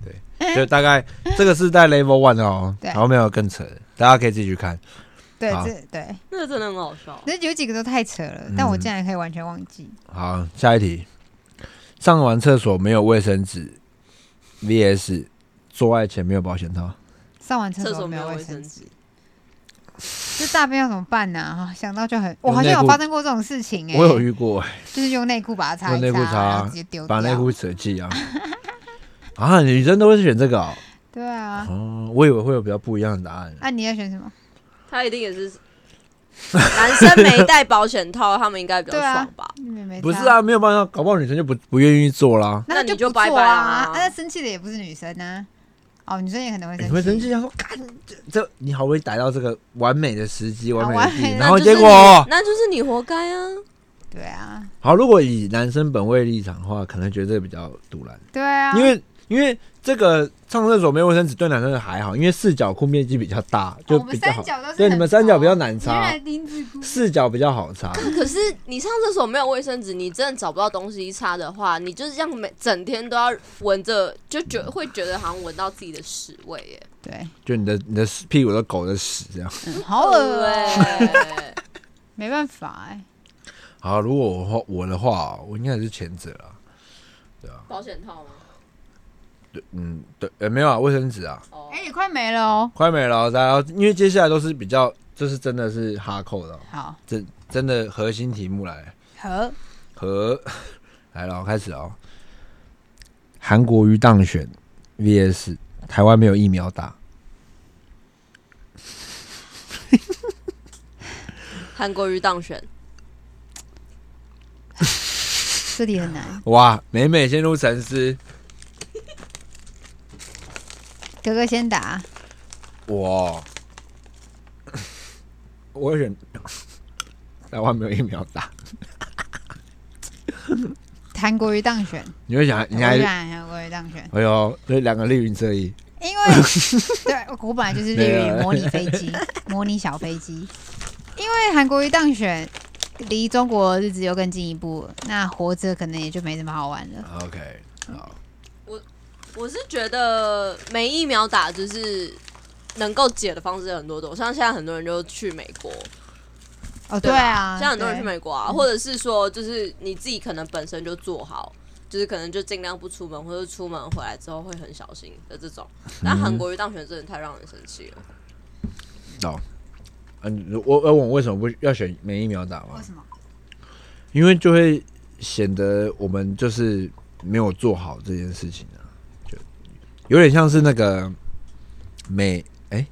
[SPEAKER 4] 对，就大概这个是 在 Level One 的哦，
[SPEAKER 2] 对
[SPEAKER 4] 然后没有更扯的，大家可以自己去看。
[SPEAKER 2] 对，
[SPEAKER 4] 好嗯
[SPEAKER 2] 这对，
[SPEAKER 5] 那个真的很好笑，
[SPEAKER 2] 那有几个都太扯了，但我竟然可以完全忘记。
[SPEAKER 4] 好，下一题，上完厕所没有卫生纸，VS 做爱前没有保险套。
[SPEAKER 2] 上完厕
[SPEAKER 5] 厕所
[SPEAKER 2] 没
[SPEAKER 5] 没有
[SPEAKER 2] 卫
[SPEAKER 5] 卫生
[SPEAKER 2] 纸，
[SPEAKER 5] 纸，
[SPEAKER 2] 这大便要怎么办呢？啊想到就很，我
[SPEAKER 4] 用
[SPEAKER 2] 好像
[SPEAKER 4] 内
[SPEAKER 2] 有
[SPEAKER 4] 裤
[SPEAKER 2] 发生过这种事情哎。
[SPEAKER 4] 我有遇过，
[SPEAKER 2] 就是用内裤把它擦
[SPEAKER 4] 用
[SPEAKER 2] 一
[SPEAKER 4] 内裤擦
[SPEAKER 2] 然后直接丢
[SPEAKER 4] 把
[SPEAKER 2] 掉。
[SPEAKER 4] 内裤扯气啊！ 啊，女生都会选这个哦。
[SPEAKER 2] 对啊，
[SPEAKER 4] 哦，我以为会有比较不一样的答案。
[SPEAKER 2] 啊，你要选什么？
[SPEAKER 5] 他一定也是。男生没带保险套，他们应该比较
[SPEAKER 2] 对啊
[SPEAKER 5] 爽吧？
[SPEAKER 2] 你们没
[SPEAKER 4] 不是
[SPEAKER 2] 差，
[SPEAKER 4] 啊，没有办法，搞不好女生就不不愿意做啦。
[SPEAKER 2] 那
[SPEAKER 5] 那
[SPEAKER 2] 她
[SPEAKER 5] 你
[SPEAKER 2] 就
[SPEAKER 5] 就
[SPEAKER 2] 不
[SPEAKER 5] 拜
[SPEAKER 2] 做
[SPEAKER 5] 拜啦
[SPEAKER 2] 啊。啊那生气的也不是女生啊，哦，女生也可能会
[SPEAKER 4] 你
[SPEAKER 2] 生
[SPEAKER 4] 会生气，想说，干这这，你好不容易逮到这个完美的时机，完美的
[SPEAKER 2] 啊完美
[SPEAKER 4] 地，
[SPEAKER 2] 的
[SPEAKER 4] 然后
[SPEAKER 5] 那就是
[SPEAKER 4] 结哦
[SPEAKER 5] 你
[SPEAKER 4] 果
[SPEAKER 5] 那就是你活该啊！
[SPEAKER 2] 对啊，
[SPEAKER 4] 好，如果以男生本位立场的话，可能觉得这个比较堵然，
[SPEAKER 2] 对啊，
[SPEAKER 4] 因为因为这个上厕所没有卫生纸对男生还好，因为四角裤面积比较大，就
[SPEAKER 2] 哦我们
[SPEAKER 4] 比较
[SPEAKER 2] 三
[SPEAKER 4] 好。
[SPEAKER 2] 角都是
[SPEAKER 4] 对，
[SPEAKER 2] 很
[SPEAKER 4] 你们三角比较难
[SPEAKER 2] 原
[SPEAKER 4] 擦
[SPEAKER 2] 来，丁字裤
[SPEAKER 4] 四角比较好擦。
[SPEAKER 5] 可是你上厕所没有卫生纸，你真的找不到东西擦的话，你就是这样每整天都要闻着，就觉会觉得好像闻到自己的屎味耶，
[SPEAKER 2] 对，
[SPEAKER 4] 就你的你的屁股的狗的屎这样。
[SPEAKER 2] 嗯好恶哦，
[SPEAKER 4] 欸
[SPEAKER 5] 哎，
[SPEAKER 2] 没办法哎，
[SPEAKER 4] 好，如果我的话我的话，我应该还是前者啦。
[SPEAKER 5] 保险套吗？
[SPEAKER 4] 嗯，对，呃，没有啊，卫生纸啊，
[SPEAKER 5] 哦
[SPEAKER 2] 哎，也快没了哦，
[SPEAKER 4] 快没了，大家要，因为接下来都是比较，这是真的是哈扣的哦、
[SPEAKER 2] 好，
[SPEAKER 4] 真真的核心题目来
[SPEAKER 2] 和
[SPEAKER 4] 和 来了，开始哦。韩国瑜当选 VS 台湾没有疫苗打，
[SPEAKER 5] 韩国瑜当选，
[SPEAKER 2] 这里很难，
[SPEAKER 4] 哇，美美陷入沉思，
[SPEAKER 2] 哥哥先打，
[SPEAKER 4] 我 我会选台湾没有疫苗打，
[SPEAKER 2] 韩国瑜当选，
[SPEAKER 4] 你会想，
[SPEAKER 2] 我
[SPEAKER 4] 你还
[SPEAKER 2] 选韩国瑜当选，
[SPEAKER 4] 哎呦，这两个绿云遮衣，
[SPEAKER 2] 因为 对我本来就是
[SPEAKER 4] 没
[SPEAKER 2] 日
[SPEAKER 4] 有
[SPEAKER 2] 语模拟飞 机，模拟小飞机。因为韩国瑜当选，离中国日子又更进一步了，那活着可能也就没什么好玩了。
[SPEAKER 4] OK，好，
[SPEAKER 5] 我是觉得没疫苗打就是能够解的方式有很多种，像现在很多人就去美国，
[SPEAKER 2] 哦，对
[SPEAKER 5] 对
[SPEAKER 2] 啊，
[SPEAKER 5] 吧像很多人去
[SPEAKER 2] 对
[SPEAKER 5] 美国啊，或者是说，就是你自己可能本身就做好，就是可能就尽量不出门，或者出门回来之后会很小心的 这种。但韩国瑜当选真的太让人生气了，
[SPEAKER 4] 嗯，我我我为什么不要选免疫苗打吗
[SPEAKER 2] 为？什么？
[SPEAKER 4] 因为就会显得我们就是没有做好这件事情啊，就有点像是那个美哎、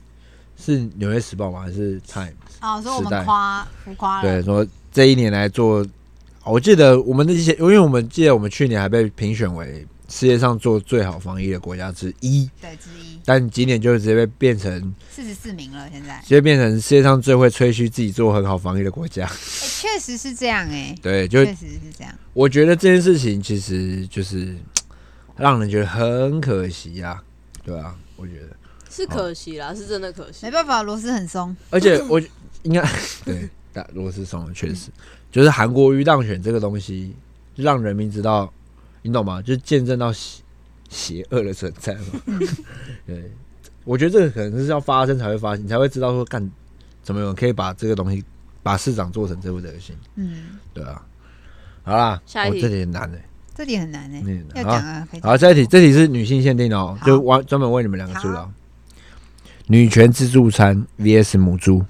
[SPEAKER 4] 是《纽约时报》吗？还是《Time
[SPEAKER 2] 哦，所以我
[SPEAKER 4] 时代
[SPEAKER 2] 们夸浮夸》？了，
[SPEAKER 4] 对，说这一年来做，我记得我们那些，因为我们记得我们去年还被评选为世界上做最好防疫的国家之一，
[SPEAKER 2] 对之一，
[SPEAKER 4] 但今年就直接被变成
[SPEAKER 2] 四十四名了，现在
[SPEAKER 4] 直接变成世界上最会吹嘘自己做很好防疫的国家。
[SPEAKER 2] 哎确实是这样哎，
[SPEAKER 4] 对，就
[SPEAKER 2] 确实是这样，
[SPEAKER 4] 我觉得这件事情其实就是让人觉得很可惜啊，对啊，我觉得，
[SPEAKER 5] 是可惜啦，是真的可惜
[SPEAKER 2] 哦没。办法，螺丝很松，
[SPEAKER 4] 而且我应该 对，但如果是松了，确实就是韩国瑜当选这个东西，就让人民知道，你懂吗？就是见证到邪邪恶的存在 嘛。对，我觉得这个可能是要发生才会发生，你才会知道说干怎么有人可以把这个东西把市长做成这副德行，
[SPEAKER 2] 嗯，
[SPEAKER 4] 对啊。好啦，
[SPEAKER 5] 下一
[SPEAKER 4] 我
[SPEAKER 5] 题
[SPEAKER 4] 这里很难的、欸。
[SPEAKER 2] 这里很难哎
[SPEAKER 4] 这，里很
[SPEAKER 2] 要
[SPEAKER 4] 难好
[SPEAKER 2] 讲啊，可以讲
[SPEAKER 4] 好，这一题这题是女性限定哦，
[SPEAKER 2] 好
[SPEAKER 4] 就完专门为你们两个出的哦。女权自助餐 VS 母猪，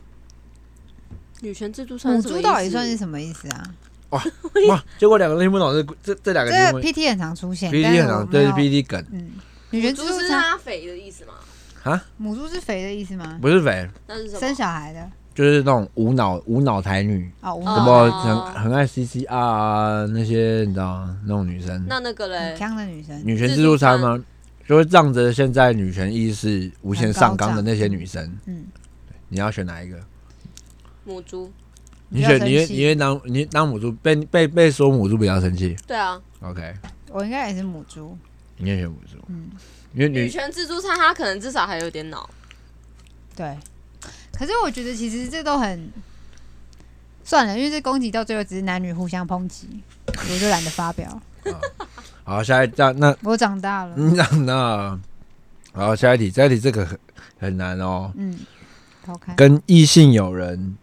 [SPEAKER 5] 女权自助餐
[SPEAKER 2] 母
[SPEAKER 5] 什么
[SPEAKER 2] 猪
[SPEAKER 5] 意
[SPEAKER 2] 到底
[SPEAKER 5] 思
[SPEAKER 2] 算是什么意思啊？
[SPEAKER 4] 哇！结果两个都听不懂，这这这两
[SPEAKER 2] 这
[SPEAKER 4] 个题
[SPEAKER 2] 个
[SPEAKER 4] 目
[SPEAKER 2] PT 很常出现
[SPEAKER 4] P D
[SPEAKER 2] 但
[SPEAKER 4] 很
[SPEAKER 2] 我
[SPEAKER 4] 长，
[SPEAKER 2] 没
[SPEAKER 4] 对是
[SPEAKER 2] 有
[SPEAKER 4] P D 梗，
[SPEAKER 2] 嗯，女
[SPEAKER 5] 女
[SPEAKER 2] 权
[SPEAKER 5] 猪
[SPEAKER 2] 自助
[SPEAKER 5] 是
[SPEAKER 2] 餐
[SPEAKER 5] 她肥的意思吗？
[SPEAKER 2] 母猪是肥的意思吗？
[SPEAKER 4] 不是肥，
[SPEAKER 5] 那是什么？
[SPEAKER 2] 生小孩的
[SPEAKER 4] 就是那种无脑无脑台女，
[SPEAKER 2] 哦，无
[SPEAKER 4] 什
[SPEAKER 5] 哦
[SPEAKER 2] 脑
[SPEAKER 4] 么很很爱 C C R 啊那些，你知道吗？那种女生，
[SPEAKER 5] 那那个嘞
[SPEAKER 2] 很，强的女生，
[SPEAKER 4] 女权自助餐吗？就会仗着现在女权意识无限上纲的那些女生，
[SPEAKER 2] 嗯，
[SPEAKER 4] 你要选哪一个？
[SPEAKER 5] 母猪。
[SPEAKER 4] 你
[SPEAKER 2] 比较
[SPEAKER 4] 选
[SPEAKER 2] 生
[SPEAKER 4] 你会
[SPEAKER 2] 气
[SPEAKER 4] 你会当你当母猪被被被说母猪比较生气
[SPEAKER 5] 对啊，
[SPEAKER 4] ，OK？
[SPEAKER 2] 我应该也是母猪，
[SPEAKER 4] 你也选母猪，
[SPEAKER 2] 嗯
[SPEAKER 4] 因为
[SPEAKER 5] 女
[SPEAKER 4] 女
[SPEAKER 5] 权自助餐她可能至少还有点脑，
[SPEAKER 2] 对。可是我觉得其实这都很算了，因为这攻击到最后只是男女互相抨击，我就懒得发表。
[SPEAKER 4] 好，下一站那
[SPEAKER 2] 我长大
[SPEAKER 5] 嗯
[SPEAKER 2] 了，
[SPEAKER 4] 那那好，下一题，下一题这个很很难哦。
[SPEAKER 2] 嗯，好看。
[SPEAKER 4] 跟异性友人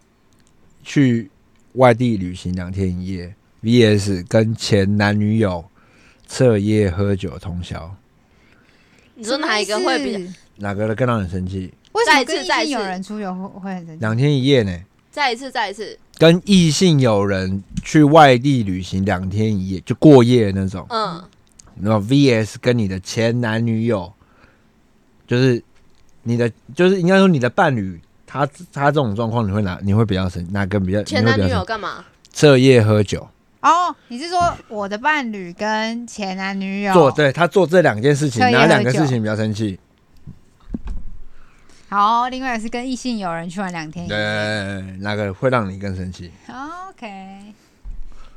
[SPEAKER 4] 去外地旅行两天一夜，VS 跟前男女友彻夜喝酒通宵，
[SPEAKER 5] 你说哪一个会比
[SPEAKER 2] 什
[SPEAKER 5] 较
[SPEAKER 2] 么？意思
[SPEAKER 4] 哪个更让人生气？
[SPEAKER 2] 为什么
[SPEAKER 5] 再一次
[SPEAKER 2] 跟异
[SPEAKER 5] 再一
[SPEAKER 2] 性有
[SPEAKER 5] 次
[SPEAKER 2] 人出游会会很生气？
[SPEAKER 4] 两天一夜呢？
[SPEAKER 5] 再一次，再一次，
[SPEAKER 4] 跟异性友人去外地旅行两天一夜，就过夜那种。
[SPEAKER 5] 嗯，
[SPEAKER 4] 然后 VS 跟你的前男女友，就是你的，就是应该说你的伴侣，他他这种状况，你会哪你会比较生哪个比较？
[SPEAKER 5] 前
[SPEAKER 4] 你会
[SPEAKER 5] 男
[SPEAKER 4] 比较
[SPEAKER 5] 女友
[SPEAKER 4] 生
[SPEAKER 5] 干嘛？
[SPEAKER 4] 彻夜喝酒，
[SPEAKER 2] 哦，你是说我的伴侣跟前男女友
[SPEAKER 4] 做对他做这两件事情，
[SPEAKER 2] 彻夜喝
[SPEAKER 4] 哪两个
[SPEAKER 2] 酒
[SPEAKER 4] 事情比较生气？
[SPEAKER 2] 好，另外是跟异性友人去玩两天一夜。
[SPEAKER 4] 对，哪个会让你更生气？
[SPEAKER 2] OK，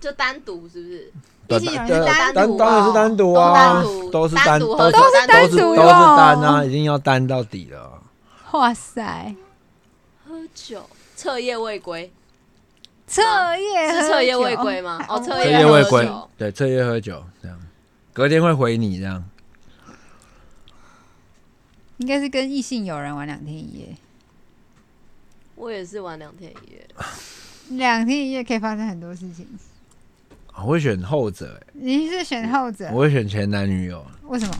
[SPEAKER 5] 就单独是不是？
[SPEAKER 2] 毕
[SPEAKER 4] 对
[SPEAKER 2] 竟有人
[SPEAKER 4] 对
[SPEAKER 2] 是单
[SPEAKER 4] 单
[SPEAKER 5] 独
[SPEAKER 4] 当然
[SPEAKER 5] 吧
[SPEAKER 4] 是单独
[SPEAKER 5] 都
[SPEAKER 4] 啊
[SPEAKER 5] 单独，
[SPEAKER 4] 都是
[SPEAKER 5] 单
[SPEAKER 4] 单
[SPEAKER 5] 独
[SPEAKER 4] 都
[SPEAKER 5] 喝
[SPEAKER 4] 是
[SPEAKER 2] 都
[SPEAKER 5] 酒
[SPEAKER 2] 是
[SPEAKER 5] 单
[SPEAKER 4] 都
[SPEAKER 2] 单
[SPEAKER 4] 是
[SPEAKER 2] 独
[SPEAKER 4] 都是
[SPEAKER 2] 哟
[SPEAKER 4] 单啊，一定要单到底的。
[SPEAKER 2] 哇塞，
[SPEAKER 5] 喝酒，彻夜未归，
[SPEAKER 2] 彻夜
[SPEAKER 5] 是
[SPEAKER 2] 哎喝
[SPEAKER 5] 彻夜未
[SPEAKER 2] 酒
[SPEAKER 5] 归吗？哦，彻
[SPEAKER 4] 彻
[SPEAKER 5] 夜
[SPEAKER 4] 夜未
[SPEAKER 5] 喝
[SPEAKER 4] 归
[SPEAKER 5] 酒，
[SPEAKER 4] 对，彻夜喝酒这样，隔天会回你这样。
[SPEAKER 2] 应该是跟异性友人玩两天一夜，
[SPEAKER 5] 我也是玩两天一夜。
[SPEAKER 2] 两天一夜可以发生很多事情。
[SPEAKER 4] 我会选后者、
[SPEAKER 2] 你是选后者
[SPEAKER 4] 欸，我，会选前男女友，
[SPEAKER 2] 为什么？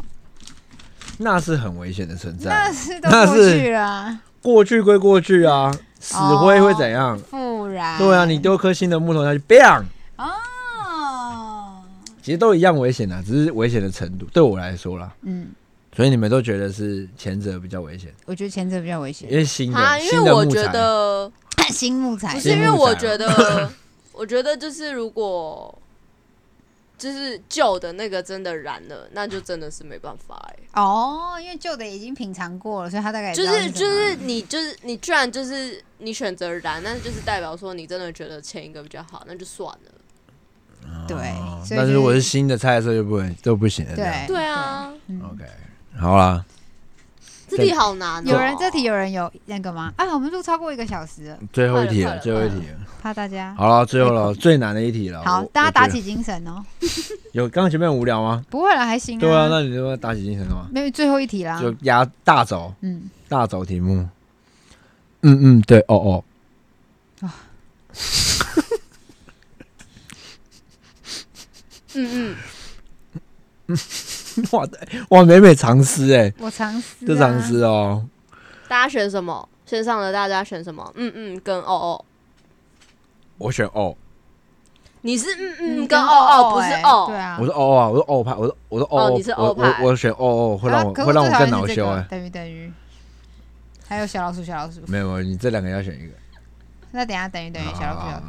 [SPEAKER 4] 那是很危险的存
[SPEAKER 2] 那
[SPEAKER 4] 在。
[SPEAKER 2] 是都
[SPEAKER 4] 那
[SPEAKER 2] 过
[SPEAKER 4] 是
[SPEAKER 2] 去了啊，
[SPEAKER 4] 过去归过去啊，死灰会怎样？
[SPEAKER 2] 不然
[SPEAKER 4] 对啊，你丢颗新的木头下去，bang，
[SPEAKER 2] 哦，
[SPEAKER 4] 其实都一样危险啊，只是危险的程度对我来说啦。
[SPEAKER 2] 嗯，
[SPEAKER 4] 所以你们都觉得是前者比较危险，
[SPEAKER 2] 我觉得前者比较危
[SPEAKER 4] 因
[SPEAKER 2] 险，
[SPEAKER 4] 为新
[SPEAKER 5] 啊，
[SPEAKER 4] 的
[SPEAKER 5] 因
[SPEAKER 4] 嗯
[SPEAKER 5] 为
[SPEAKER 4] 新的
[SPEAKER 5] 我
[SPEAKER 4] 木
[SPEAKER 5] 觉
[SPEAKER 4] 材，
[SPEAKER 5] 得
[SPEAKER 2] 新木材
[SPEAKER 5] 不是因为
[SPEAKER 4] 新木
[SPEAKER 5] 我
[SPEAKER 4] 材啊
[SPEAKER 5] 觉得， 我觉得就是如果就是旧的那个真的燃了，那就真的是没办法哎、
[SPEAKER 2] 哦，因为旧的已经品尝过了，所以他大概也
[SPEAKER 5] 就
[SPEAKER 2] 知道
[SPEAKER 5] 是
[SPEAKER 2] 什么
[SPEAKER 5] 就是你就是你居然就是你选择燃，那就是代表说你真的觉得前一个比较好，那就算了。
[SPEAKER 2] 对
[SPEAKER 4] 哦，
[SPEAKER 2] 所以
[SPEAKER 4] 但
[SPEAKER 2] 就是
[SPEAKER 4] 如果是新的菜色就不能就不行了。这样
[SPEAKER 2] 对
[SPEAKER 5] 对，啊，
[SPEAKER 2] 嗯啊
[SPEAKER 4] OK，好啦，
[SPEAKER 5] 这题好难、哦。
[SPEAKER 2] 有人这题有人有那个吗？啊，我们录超过一个小时了，
[SPEAKER 4] 最后一题
[SPEAKER 5] 快
[SPEAKER 4] 了，
[SPEAKER 5] 了
[SPEAKER 4] 最后一题了，
[SPEAKER 2] 怕大家
[SPEAKER 4] 好了，最后了，最难的一题了。
[SPEAKER 2] 好
[SPEAKER 4] 我，
[SPEAKER 2] 大家打。
[SPEAKER 4] 我觉
[SPEAKER 2] 起精神哦。
[SPEAKER 4] 得有刚刚前面很无聊吗？
[SPEAKER 2] 不会了，还行
[SPEAKER 4] 对啊，那你就要打起精神了吗？
[SPEAKER 2] 没有最后一题啦。
[SPEAKER 4] 就压大走
[SPEAKER 2] 嗯，
[SPEAKER 4] 大走题目。嗯嗯，对，哦哦，
[SPEAKER 5] 嗯嗯，
[SPEAKER 4] 哇哇，美美藏诗哎，
[SPEAKER 2] 我啊尝试，
[SPEAKER 4] 这藏诗
[SPEAKER 2] 啊
[SPEAKER 4] 哦，
[SPEAKER 5] 大家选什么？线上的大家选什么？嗯嗯，跟哦哦。
[SPEAKER 4] 我选哦，
[SPEAKER 5] 你是嗯
[SPEAKER 2] 嗯，
[SPEAKER 5] 嗯跟哦哦，不是
[SPEAKER 2] 欸
[SPEAKER 5] 哦，
[SPEAKER 2] 对啊，
[SPEAKER 4] 我说哦啊，我说哦派，我说我说
[SPEAKER 5] 哦
[SPEAKER 4] 哦，
[SPEAKER 5] 你是
[SPEAKER 4] 我
[SPEAKER 5] 哦派
[SPEAKER 4] 我我选哦哦，会让
[SPEAKER 2] 啊
[SPEAKER 4] 我
[SPEAKER 2] 可
[SPEAKER 4] 会让
[SPEAKER 2] 最
[SPEAKER 4] 我
[SPEAKER 2] 讨厌
[SPEAKER 4] 更
[SPEAKER 2] 是
[SPEAKER 4] 恼
[SPEAKER 2] 这
[SPEAKER 4] 羞
[SPEAKER 2] 个
[SPEAKER 4] 哎。
[SPEAKER 2] 等于等于，还有小老鼠小老鼠，
[SPEAKER 4] 没有没有，你这两个要选一个。
[SPEAKER 2] 那等一下等于等于小老鼠小老鼠。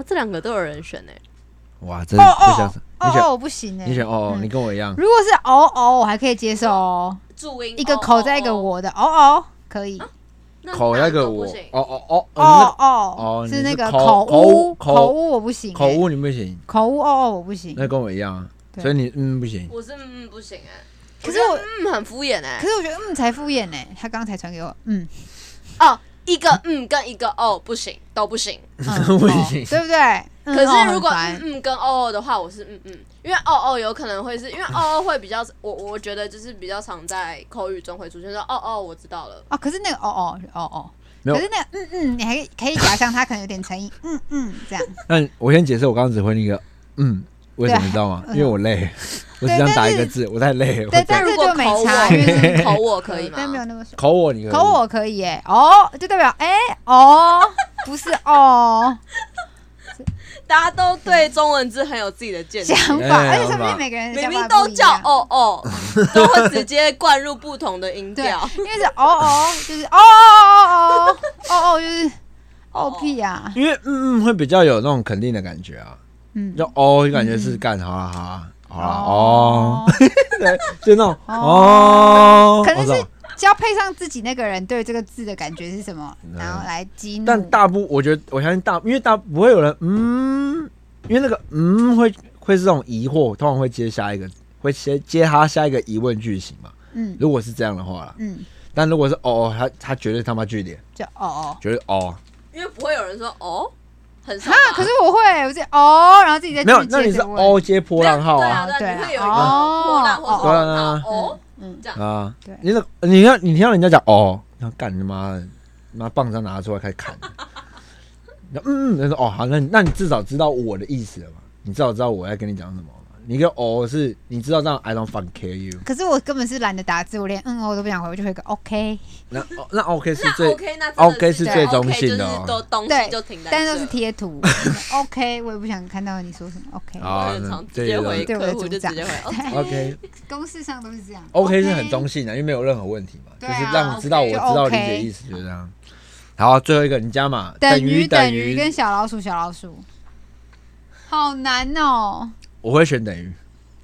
[SPEAKER 5] 啊，这两个都有人选欸呢、
[SPEAKER 4] 哇，真
[SPEAKER 2] 哦
[SPEAKER 4] 不
[SPEAKER 2] 哦
[SPEAKER 4] 想死。你
[SPEAKER 2] 哦
[SPEAKER 4] 选
[SPEAKER 2] 哦，我不行哎。
[SPEAKER 4] 你选哦哦，
[SPEAKER 2] 嗯
[SPEAKER 4] 你跟我一样。
[SPEAKER 2] 如果是哦哦，我还可以接受哦，
[SPEAKER 5] 注音
[SPEAKER 2] 一个口在一个，我的哦哦可以。
[SPEAKER 4] 口那个我
[SPEAKER 5] 哦
[SPEAKER 4] 哦哦哦
[SPEAKER 5] 啊
[SPEAKER 2] 哦
[SPEAKER 4] 哦
[SPEAKER 2] 哦
[SPEAKER 4] 哦
[SPEAKER 2] 是
[SPEAKER 4] 你
[SPEAKER 2] 那
[SPEAKER 4] 是
[SPEAKER 2] 个
[SPEAKER 4] 口
[SPEAKER 2] 误
[SPEAKER 4] 口
[SPEAKER 2] 口误我不行
[SPEAKER 4] 那
[SPEAKER 2] 欸，
[SPEAKER 4] 个口误你不行，
[SPEAKER 2] 口误哦哦我不行。
[SPEAKER 4] 那跟我一样啊，
[SPEAKER 2] 对
[SPEAKER 4] 所以你嗯不行。
[SPEAKER 5] 我是嗯嗯不行哎、
[SPEAKER 2] 可是我
[SPEAKER 5] 嗯很敷衍哎、
[SPEAKER 2] 可是我觉得嗯才敷衍呢，他刚才传给我 嗯
[SPEAKER 5] 哦，一个嗯跟一个哦不行都不行，
[SPEAKER 2] 嗯
[SPEAKER 4] 不
[SPEAKER 2] 哦
[SPEAKER 4] 行
[SPEAKER 2] 对不对？嗯
[SPEAKER 5] 可
[SPEAKER 2] 哦
[SPEAKER 5] 是如果
[SPEAKER 2] 很
[SPEAKER 5] 嗯
[SPEAKER 2] 烦
[SPEAKER 5] 嗯跟哦哦的话，我是嗯嗯，因为哦哦有可能会是因为哦哦会比较我我觉得就是比较常在口语中会出现说哦哦我知道了，
[SPEAKER 2] 哦，可是那个哦哦哦哦，
[SPEAKER 4] 没有
[SPEAKER 2] 可是那个嗯嗯，你还可以可以假象他可能有点诚意，嗯嗯这样。
[SPEAKER 4] 那我先解释，我刚刚只回你一个嗯，为什么
[SPEAKER 2] 对
[SPEAKER 4] 你知道吗？
[SPEAKER 2] 嗯
[SPEAKER 4] 因为我 累，我只
[SPEAKER 2] 对
[SPEAKER 4] 想
[SPEAKER 2] 但
[SPEAKER 4] 打一个
[SPEAKER 2] 是
[SPEAKER 4] 字，我太累了。我
[SPEAKER 2] 对
[SPEAKER 4] 在
[SPEAKER 2] 但
[SPEAKER 5] 如
[SPEAKER 2] 这
[SPEAKER 5] 果
[SPEAKER 2] 就
[SPEAKER 5] 口
[SPEAKER 2] 没差，
[SPEAKER 5] 我
[SPEAKER 2] 因为
[SPEAKER 5] 口我 可以
[SPEAKER 2] 但没有
[SPEAKER 5] 吗？
[SPEAKER 2] 那么爽。
[SPEAKER 4] 口我你可以
[SPEAKER 2] 口我可以耶，哦，就代表哎哦，不是 哦
[SPEAKER 5] 大家都对中文字很有自己的 见解
[SPEAKER 2] 想。法，而
[SPEAKER 4] 哎
[SPEAKER 2] 且说
[SPEAKER 4] 想
[SPEAKER 2] 不
[SPEAKER 4] 法
[SPEAKER 2] 定每个人的
[SPEAKER 5] 明
[SPEAKER 2] 想
[SPEAKER 5] 明
[SPEAKER 2] 法
[SPEAKER 5] 都
[SPEAKER 2] 不一
[SPEAKER 5] 叫
[SPEAKER 2] 样。
[SPEAKER 5] 哦哦，都会直接灌入不同的音
[SPEAKER 2] 对，
[SPEAKER 5] 调。
[SPEAKER 2] 因为是哦哦，就是哦哦哦哦哦哦，就是哦屁呀，
[SPEAKER 4] 因为嗯嗯会比较有那种肯定的感觉啊，
[SPEAKER 2] 嗯，
[SPEAKER 4] 就哦就感觉是干好啦好啦好啦哦，，就那种
[SPEAKER 2] 哦
[SPEAKER 4] 哦，
[SPEAKER 2] 可能
[SPEAKER 4] 我知道
[SPEAKER 2] 是嗯就要配上自己那个人对这个字的感觉是什么，然后来激怒。
[SPEAKER 4] 嗯但大部我觉得我相信大，因为大不会有人嗯，因为那个嗯会会是这种疑惑，通常会接下一个会接接他下一个疑问句型嘛。
[SPEAKER 2] 嗯
[SPEAKER 4] 如果是这样的话啦，
[SPEAKER 2] 嗯，
[SPEAKER 4] 但如果是哦，哦他他绝对他妈据点，
[SPEAKER 2] 就哦哦。
[SPEAKER 4] 绝对哦，
[SPEAKER 5] 因为不会有人说哦，很少
[SPEAKER 2] 啊
[SPEAKER 5] 吧。！
[SPEAKER 2] 可是我会，我是哦，然后自己在
[SPEAKER 4] 没有，那你是哦
[SPEAKER 2] 哦，
[SPEAKER 4] 接波浪号
[SPEAKER 5] 对
[SPEAKER 4] 啊
[SPEAKER 5] 啊，对
[SPEAKER 2] 哦
[SPEAKER 5] 啊，你会
[SPEAKER 2] 对
[SPEAKER 5] 有
[SPEAKER 2] 啊
[SPEAKER 5] 一个波浪
[SPEAKER 2] 哦
[SPEAKER 5] 或者
[SPEAKER 4] 对啊
[SPEAKER 5] 哦，
[SPEAKER 2] 嗯
[SPEAKER 4] 啊
[SPEAKER 2] 对，
[SPEAKER 4] 你那个你要你听到人家讲哦，那干你妈的，拿棒子拿出来开始砍， 那嗯，嗯，他说哦好，那你那你至少知道我的意思了嘛？你至少知道我在跟你讲什么嘛？你一个哦是，你知道这样 I don't fucking care you。
[SPEAKER 2] 可是我根本是懒得打字，我连嗯哦都不想回，我就回个 OK，
[SPEAKER 4] 那哦那 OK 是
[SPEAKER 5] 那
[SPEAKER 4] 最
[SPEAKER 5] OK，那真的
[SPEAKER 4] OK 是
[SPEAKER 5] 对
[SPEAKER 4] 最中性的
[SPEAKER 5] ，OK 就是
[SPEAKER 4] 哦
[SPEAKER 5] 都东
[SPEAKER 2] 对
[SPEAKER 5] 西嗯就停在这，
[SPEAKER 2] 但是都是贴 图 OK，我也不想看到你说什么 OK，
[SPEAKER 4] 啊
[SPEAKER 5] 我就
[SPEAKER 4] 那
[SPEAKER 5] 常直接回
[SPEAKER 2] 这个
[SPEAKER 5] 客
[SPEAKER 2] 对我
[SPEAKER 5] 户就
[SPEAKER 2] 的组长
[SPEAKER 5] 直接回 哦
[SPEAKER 4] OK
[SPEAKER 2] 公式上都是这样
[SPEAKER 4] OK 是很中性的，因为没有任何问题嘛，
[SPEAKER 2] 对
[SPEAKER 4] 就
[SPEAKER 2] 啊
[SPEAKER 4] 是让你知道我
[SPEAKER 5] OK
[SPEAKER 4] 知
[SPEAKER 2] 就
[SPEAKER 4] 道理
[SPEAKER 2] OK
[SPEAKER 4] 解意思，就这样。好，最后一个你加码
[SPEAKER 2] 等
[SPEAKER 4] 于
[SPEAKER 2] 于
[SPEAKER 4] 等
[SPEAKER 2] 等于跟小老鼠小老鼠，好难哦，
[SPEAKER 4] 我会选等于。
[SPEAKER 2] 嗯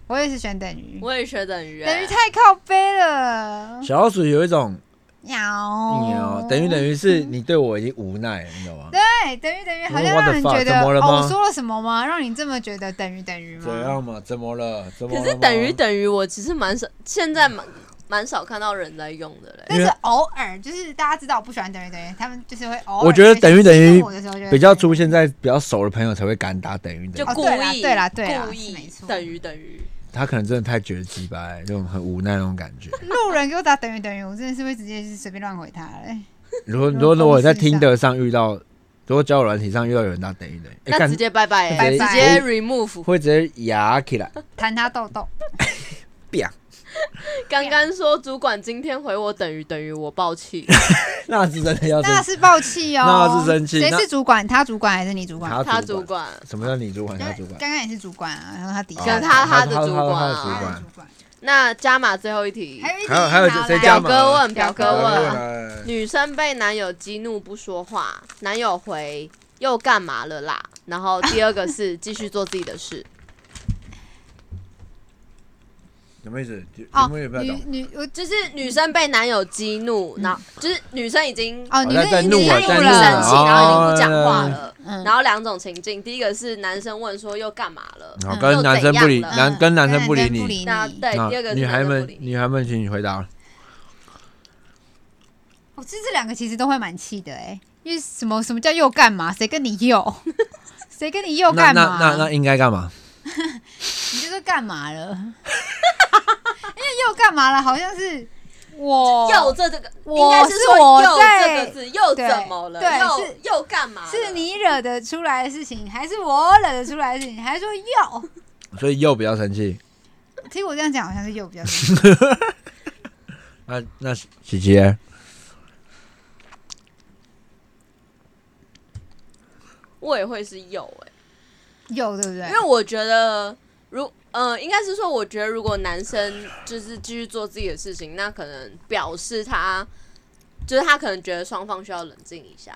[SPEAKER 2] 我也是选等于，
[SPEAKER 5] 我也学等于，哎
[SPEAKER 2] 等于太靠背了，
[SPEAKER 4] 小老鼠有一种
[SPEAKER 2] 喵
[SPEAKER 5] 哦
[SPEAKER 4] 喵，哦等于等于是你对我已经无奈了，你懂吗？
[SPEAKER 5] 啊
[SPEAKER 2] 对，等于等于，好像
[SPEAKER 4] What
[SPEAKER 2] 让
[SPEAKER 4] the
[SPEAKER 2] 人觉
[SPEAKER 4] fuck，
[SPEAKER 2] 得
[SPEAKER 4] 怎么了吗
[SPEAKER 2] 哦，我说了什么吗？让你这么觉得等于等于吗？
[SPEAKER 4] 怎样嘛？怎么了？怎么了
[SPEAKER 5] 可
[SPEAKER 4] 吗？
[SPEAKER 5] 是等于等于，我其实蛮少，现在蛮蛮少看到人在用的嘞。
[SPEAKER 2] 但是偶尔就是大家知道我不喜欢等于等于，他们就是会偶尔。
[SPEAKER 4] 我觉得等于等于
[SPEAKER 2] 我的时候就会
[SPEAKER 4] 比较出现在比较熟的朋友才会敢打等于等
[SPEAKER 5] 就
[SPEAKER 4] 于，
[SPEAKER 2] 哦
[SPEAKER 5] 故
[SPEAKER 2] 对啦
[SPEAKER 5] 意，
[SPEAKER 2] 对啦对啦
[SPEAKER 5] 故
[SPEAKER 2] 是没
[SPEAKER 5] 意
[SPEAKER 2] 错
[SPEAKER 5] 等于等于，
[SPEAKER 4] 他可能真的太觉得鸡掰，那种很无奈那种感 觉。
[SPEAKER 2] 路人给我打等于等于，我真的是会直接就是随便乱回他嘞。
[SPEAKER 4] 如果
[SPEAKER 2] 嗯
[SPEAKER 4] 如果如果在
[SPEAKER 2] 公司上
[SPEAKER 4] 听得上遇到，如果交友软体上遇到有人打等于等于，哎
[SPEAKER 5] 那
[SPEAKER 4] 干
[SPEAKER 5] 直接拜拜
[SPEAKER 2] 拜
[SPEAKER 5] 欸，
[SPEAKER 2] 拜
[SPEAKER 5] 直接 remove。
[SPEAKER 4] 哎会直接牙起来，
[SPEAKER 2] 弹他痘痘，
[SPEAKER 4] 啪！
[SPEAKER 5] 刚刚说主管今天回我等于等于，我爆气，
[SPEAKER 4] 那是真的要
[SPEAKER 2] 那
[SPEAKER 4] 生
[SPEAKER 2] 是暴气哦，
[SPEAKER 4] 那是生气
[SPEAKER 2] 谁
[SPEAKER 4] 那
[SPEAKER 2] 是主管？他主管还是你主管？
[SPEAKER 4] 他
[SPEAKER 5] 他
[SPEAKER 4] 主
[SPEAKER 5] 主
[SPEAKER 4] 管，哦
[SPEAKER 5] 管
[SPEAKER 4] 什么叫你主管？
[SPEAKER 2] 刚
[SPEAKER 4] 他
[SPEAKER 2] 刚
[SPEAKER 4] 主管，
[SPEAKER 2] 刚刚也是主管啊，然后他底
[SPEAKER 4] 哦
[SPEAKER 2] 下
[SPEAKER 5] 可是
[SPEAKER 4] 他
[SPEAKER 5] 他他的
[SPEAKER 4] 他
[SPEAKER 5] 主
[SPEAKER 4] 他
[SPEAKER 5] 管
[SPEAKER 4] 他的
[SPEAKER 5] 啊
[SPEAKER 4] 主
[SPEAKER 2] 他的
[SPEAKER 4] 管
[SPEAKER 2] 主，管，
[SPEAKER 5] 那加码最后一题，
[SPEAKER 2] 还有一
[SPEAKER 4] 还有
[SPEAKER 2] 题
[SPEAKER 4] 还有
[SPEAKER 2] 拿
[SPEAKER 4] 谁
[SPEAKER 2] 来
[SPEAKER 4] 加
[SPEAKER 5] 表
[SPEAKER 4] 码
[SPEAKER 5] 哥问，
[SPEAKER 2] 表
[SPEAKER 5] 表哥
[SPEAKER 2] 哥
[SPEAKER 5] 问
[SPEAKER 4] 啊
[SPEAKER 2] 问，
[SPEAKER 5] 女生被男友激怒不说话，男友回又干嘛了啦？然后第二个是继续做自己的事，
[SPEAKER 4] 什么意思？就
[SPEAKER 2] 哦
[SPEAKER 4] 有没有不要
[SPEAKER 2] 女
[SPEAKER 4] 懂？
[SPEAKER 2] 女我
[SPEAKER 5] 就是女生被男友激怒，然后就是女生已经
[SPEAKER 2] 哦，你
[SPEAKER 4] 在在
[SPEAKER 2] 已经
[SPEAKER 4] 怒啊
[SPEAKER 2] 进
[SPEAKER 4] 在
[SPEAKER 2] 入
[SPEAKER 4] 怒
[SPEAKER 5] 生
[SPEAKER 4] 啊
[SPEAKER 2] 了
[SPEAKER 5] 气，然后已经不讲话了。
[SPEAKER 2] 哦嗯
[SPEAKER 5] 然后两种情境，第一个是男生问说又干嘛了，
[SPEAKER 2] 嗯
[SPEAKER 4] 好，
[SPEAKER 5] 又
[SPEAKER 4] 跟
[SPEAKER 5] 嗯怎
[SPEAKER 4] 男生不理，
[SPEAKER 5] 样了
[SPEAKER 4] 男跟男生不理你，
[SPEAKER 2] 你
[SPEAKER 5] 那对
[SPEAKER 4] 啊
[SPEAKER 5] 第二个是
[SPEAKER 4] 女孩
[SPEAKER 5] 男生不
[SPEAKER 4] 们
[SPEAKER 5] 理，你
[SPEAKER 4] 女孩们，请你回答。
[SPEAKER 2] 我这这两个其实都会蛮气的哎、因为什么什么叫又干嘛？谁跟你又？ 谁跟你又
[SPEAKER 4] 那
[SPEAKER 2] 干
[SPEAKER 4] 那
[SPEAKER 2] 嘛？
[SPEAKER 4] 那那应该干嘛？
[SPEAKER 2] 你就是干嘛了？ 因为又干嘛了？好像是我
[SPEAKER 5] 又这这个，应
[SPEAKER 2] 我
[SPEAKER 5] 该是说
[SPEAKER 2] 是我
[SPEAKER 5] 又
[SPEAKER 2] 在
[SPEAKER 5] 这个字又怎么了？
[SPEAKER 2] 对
[SPEAKER 5] 又
[SPEAKER 2] 是
[SPEAKER 5] 又干嘛了？
[SPEAKER 2] 是你惹得出来的事情，还是我惹得出来的事情？还说又？
[SPEAKER 4] 所以又比较生气。
[SPEAKER 2] 其实我这样讲好像是又比较多。
[SPEAKER 4] 那那姐姐，
[SPEAKER 5] 我也会是又哎、
[SPEAKER 2] 又对不对
[SPEAKER 5] 因为？我觉得如呃，应该是说，我觉得如果男生就是继续做自己的事情，那可能表示他就是他可能觉得双方需要冷静一下。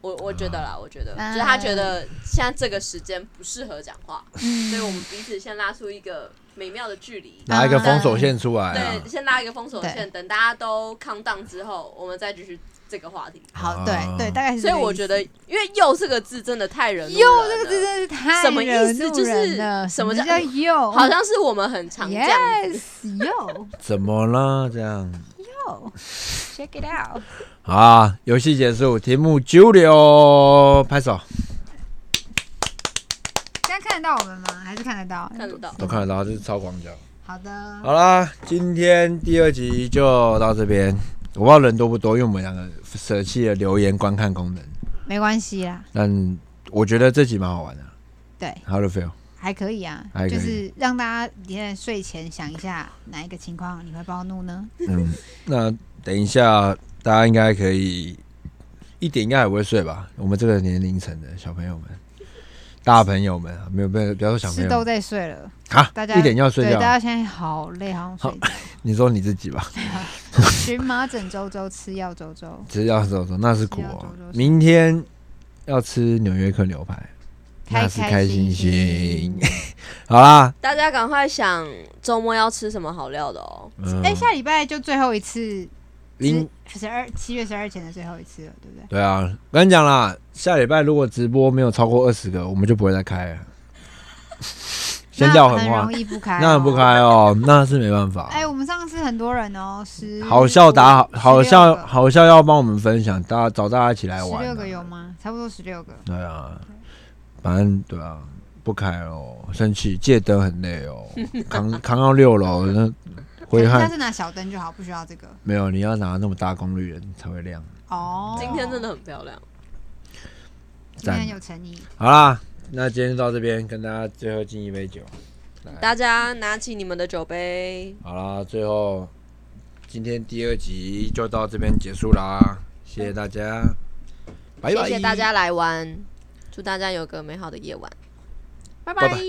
[SPEAKER 5] 我我觉得啦，我觉得、
[SPEAKER 2] 嗯
[SPEAKER 5] 就是他觉得现在这个时间不适合讲话，所以我
[SPEAKER 2] 嗯，
[SPEAKER 5] 们彼此先拉出一个美妙的距离。
[SPEAKER 4] 拿一个封锁线出来啊
[SPEAKER 5] 对，！先拉一个封锁
[SPEAKER 2] 对
[SPEAKER 5] 线，等大家都康荡之后，我们再继续这个话题。
[SPEAKER 2] 好，
[SPEAKER 4] 啊
[SPEAKER 2] 对对，大概是这个意思。
[SPEAKER 5] 所以我觉得，因为“又”这个字真的太惹怒人了，
[SPEAKER 2] 又这个字真是太
[SPEAKER 5] 什么意思
[SPEAKER 2] 惹怒
[SPEAKER 5] 就是
[SPEAKER 2] 人了什
[SPEAKER 5] 什
[SPEAKER 2] 么
[SPEAKER 5] 么
[SPEAKER 2] 叫
[SPEAKER 5] 叫
[SPEAKER 2] 又？
[SPEAKER 5] 好像是我们很常这样子
[SPEAKER 2] yes 又
[SPEAKER 4] 怎么了？这样
[SPEAKER 2] 又 check it out。
[SPEAKER 4] 好啊！游戏结束，题目九六，拍手
[SPEAKER 2] 现在看得到我们吗？还是看得到？
[SPEAKER 5] 看得到。
[SPEAKER 4] 都看得到，这是超广角。
[SPEAKER 2] 好的，
[SPEAKER 4] 好啦，今天第二集就到这边。我不知道人多不多，因为我们两个舍弃了留言观看功能，
[SPEAKER 2] 没关系啦，
[SPEAKER 4] 但我觉得这集蛮好玩的。
[SPEAKER 2] 对
[SPEAKER 4] ，How to feel？
[SPEAKER 2] 还可以啊，
[SPEAKER 4] 还可以
[SPEAKER 2] 就是让大家你在睡前想一下，哪一个情况你会暴怒呢？
[SPEAKER 4] 嗯，那等一下大家应该可以一点应该还不会睡吧？我们这个年龄层的小朋友们、大朋友们，没有不要不要说小朋
[SPEAKER 2] 是都
[SPEAKER 4] 友
[SPEAKER 2] 在睡了，
[SPEAKER 4] 啊
[SPEAKER 2] 大家，
[SPEAKER 4] 一点要睡
[SPEAKER 2] 对，大
[SPEAKER 4] 觉。
[SPEAKER 2] 家现在好累，好想 睡觉。
[SPEAKER 4] 你说你自 己吧，
[SPEAKER 2] 荨麻疹周周吃药周周，
[SPEAKER 4] 只要走走那是苦
[SPEAKER 2] 只要走
[SPEAKER 4] 哦
[SPEAKER 2] 走是。
[SPEAKER 4] 明天要吃纽约客牛排，那是
[SPEAKER 2] 开
[SPEAKER 4] 开
[SPEAKER 2] 心嗯
[SPEAKER 4] 心心。 好啦，
[SPEAKER 5] 大家赶快想周末要吃什么好料的哦。
[SPEAKER 4] 嗯
[SPEAKER 2] 哎，，下礼拜就最后一次，
[SPEAKER 4] 应
[SPEAKER 2] 十二七月十二前的最后一次了，对不对？
[SPEAKER 4] 对啊，我跟你讲啦，下礼拜如果直播没有超过二十个，我们就不会再 开了。先撂
[SPEAKER 2] 那
[SPEAKER 4] 狠
[SPEAKER 2] 很
[SPEAKER 4] 话
[SPEAKER 2] 容，易不开哦，
[SPEAKER 4] 那不开哦，那是没办法。
[SPEAKER 2] 哎、我们上次很多人哦，十
[SPEAKER 4] 好笑打好好笑
[SPEAKER 2] 十
[SPEAKER 4] 好笑要帮我们分享，大家找大家一起来玩、
[SPEAKER 2] 六
[SPEAKER 4] 啊
[SPEAKER 2] 个。有吗？差不多十六个。
[SPEAKER 4] 对啊，反正对啊，不开哦，生气借灯很累 哦，扛扛到六楼那挥
[SPEAKER 2] 下
[SPEAKER 4] 汗
[SPEAKER 2] 次拿小灯就好，不需要这个
[SPEAKER 4] 没有，你要拿那么大功率的才会亮。
[SPEAKER 2] 哦。
[SPEAKER 5] 今天真的很漂亮，
[SPEAKER 2] 今天
[SPEAKER 4] 赞
[SPEAKER 2] 有诚意，
[SPEAKER 4] 好啦，那今天就到这边，跟大家最后敬一杯酒。
[SPEAKER 5] 大家拿起你们的酒杯，
[SPEAKER 4] 好啦，最后今天第二集就到这边结束啦，谢谢大家，拜拜，
[SPEAKER 5] 谢谢大家来玩，祝大家有个美好的夜晚，拜
[SPEAKER 4] 拜
[SPEAKER 5] 拜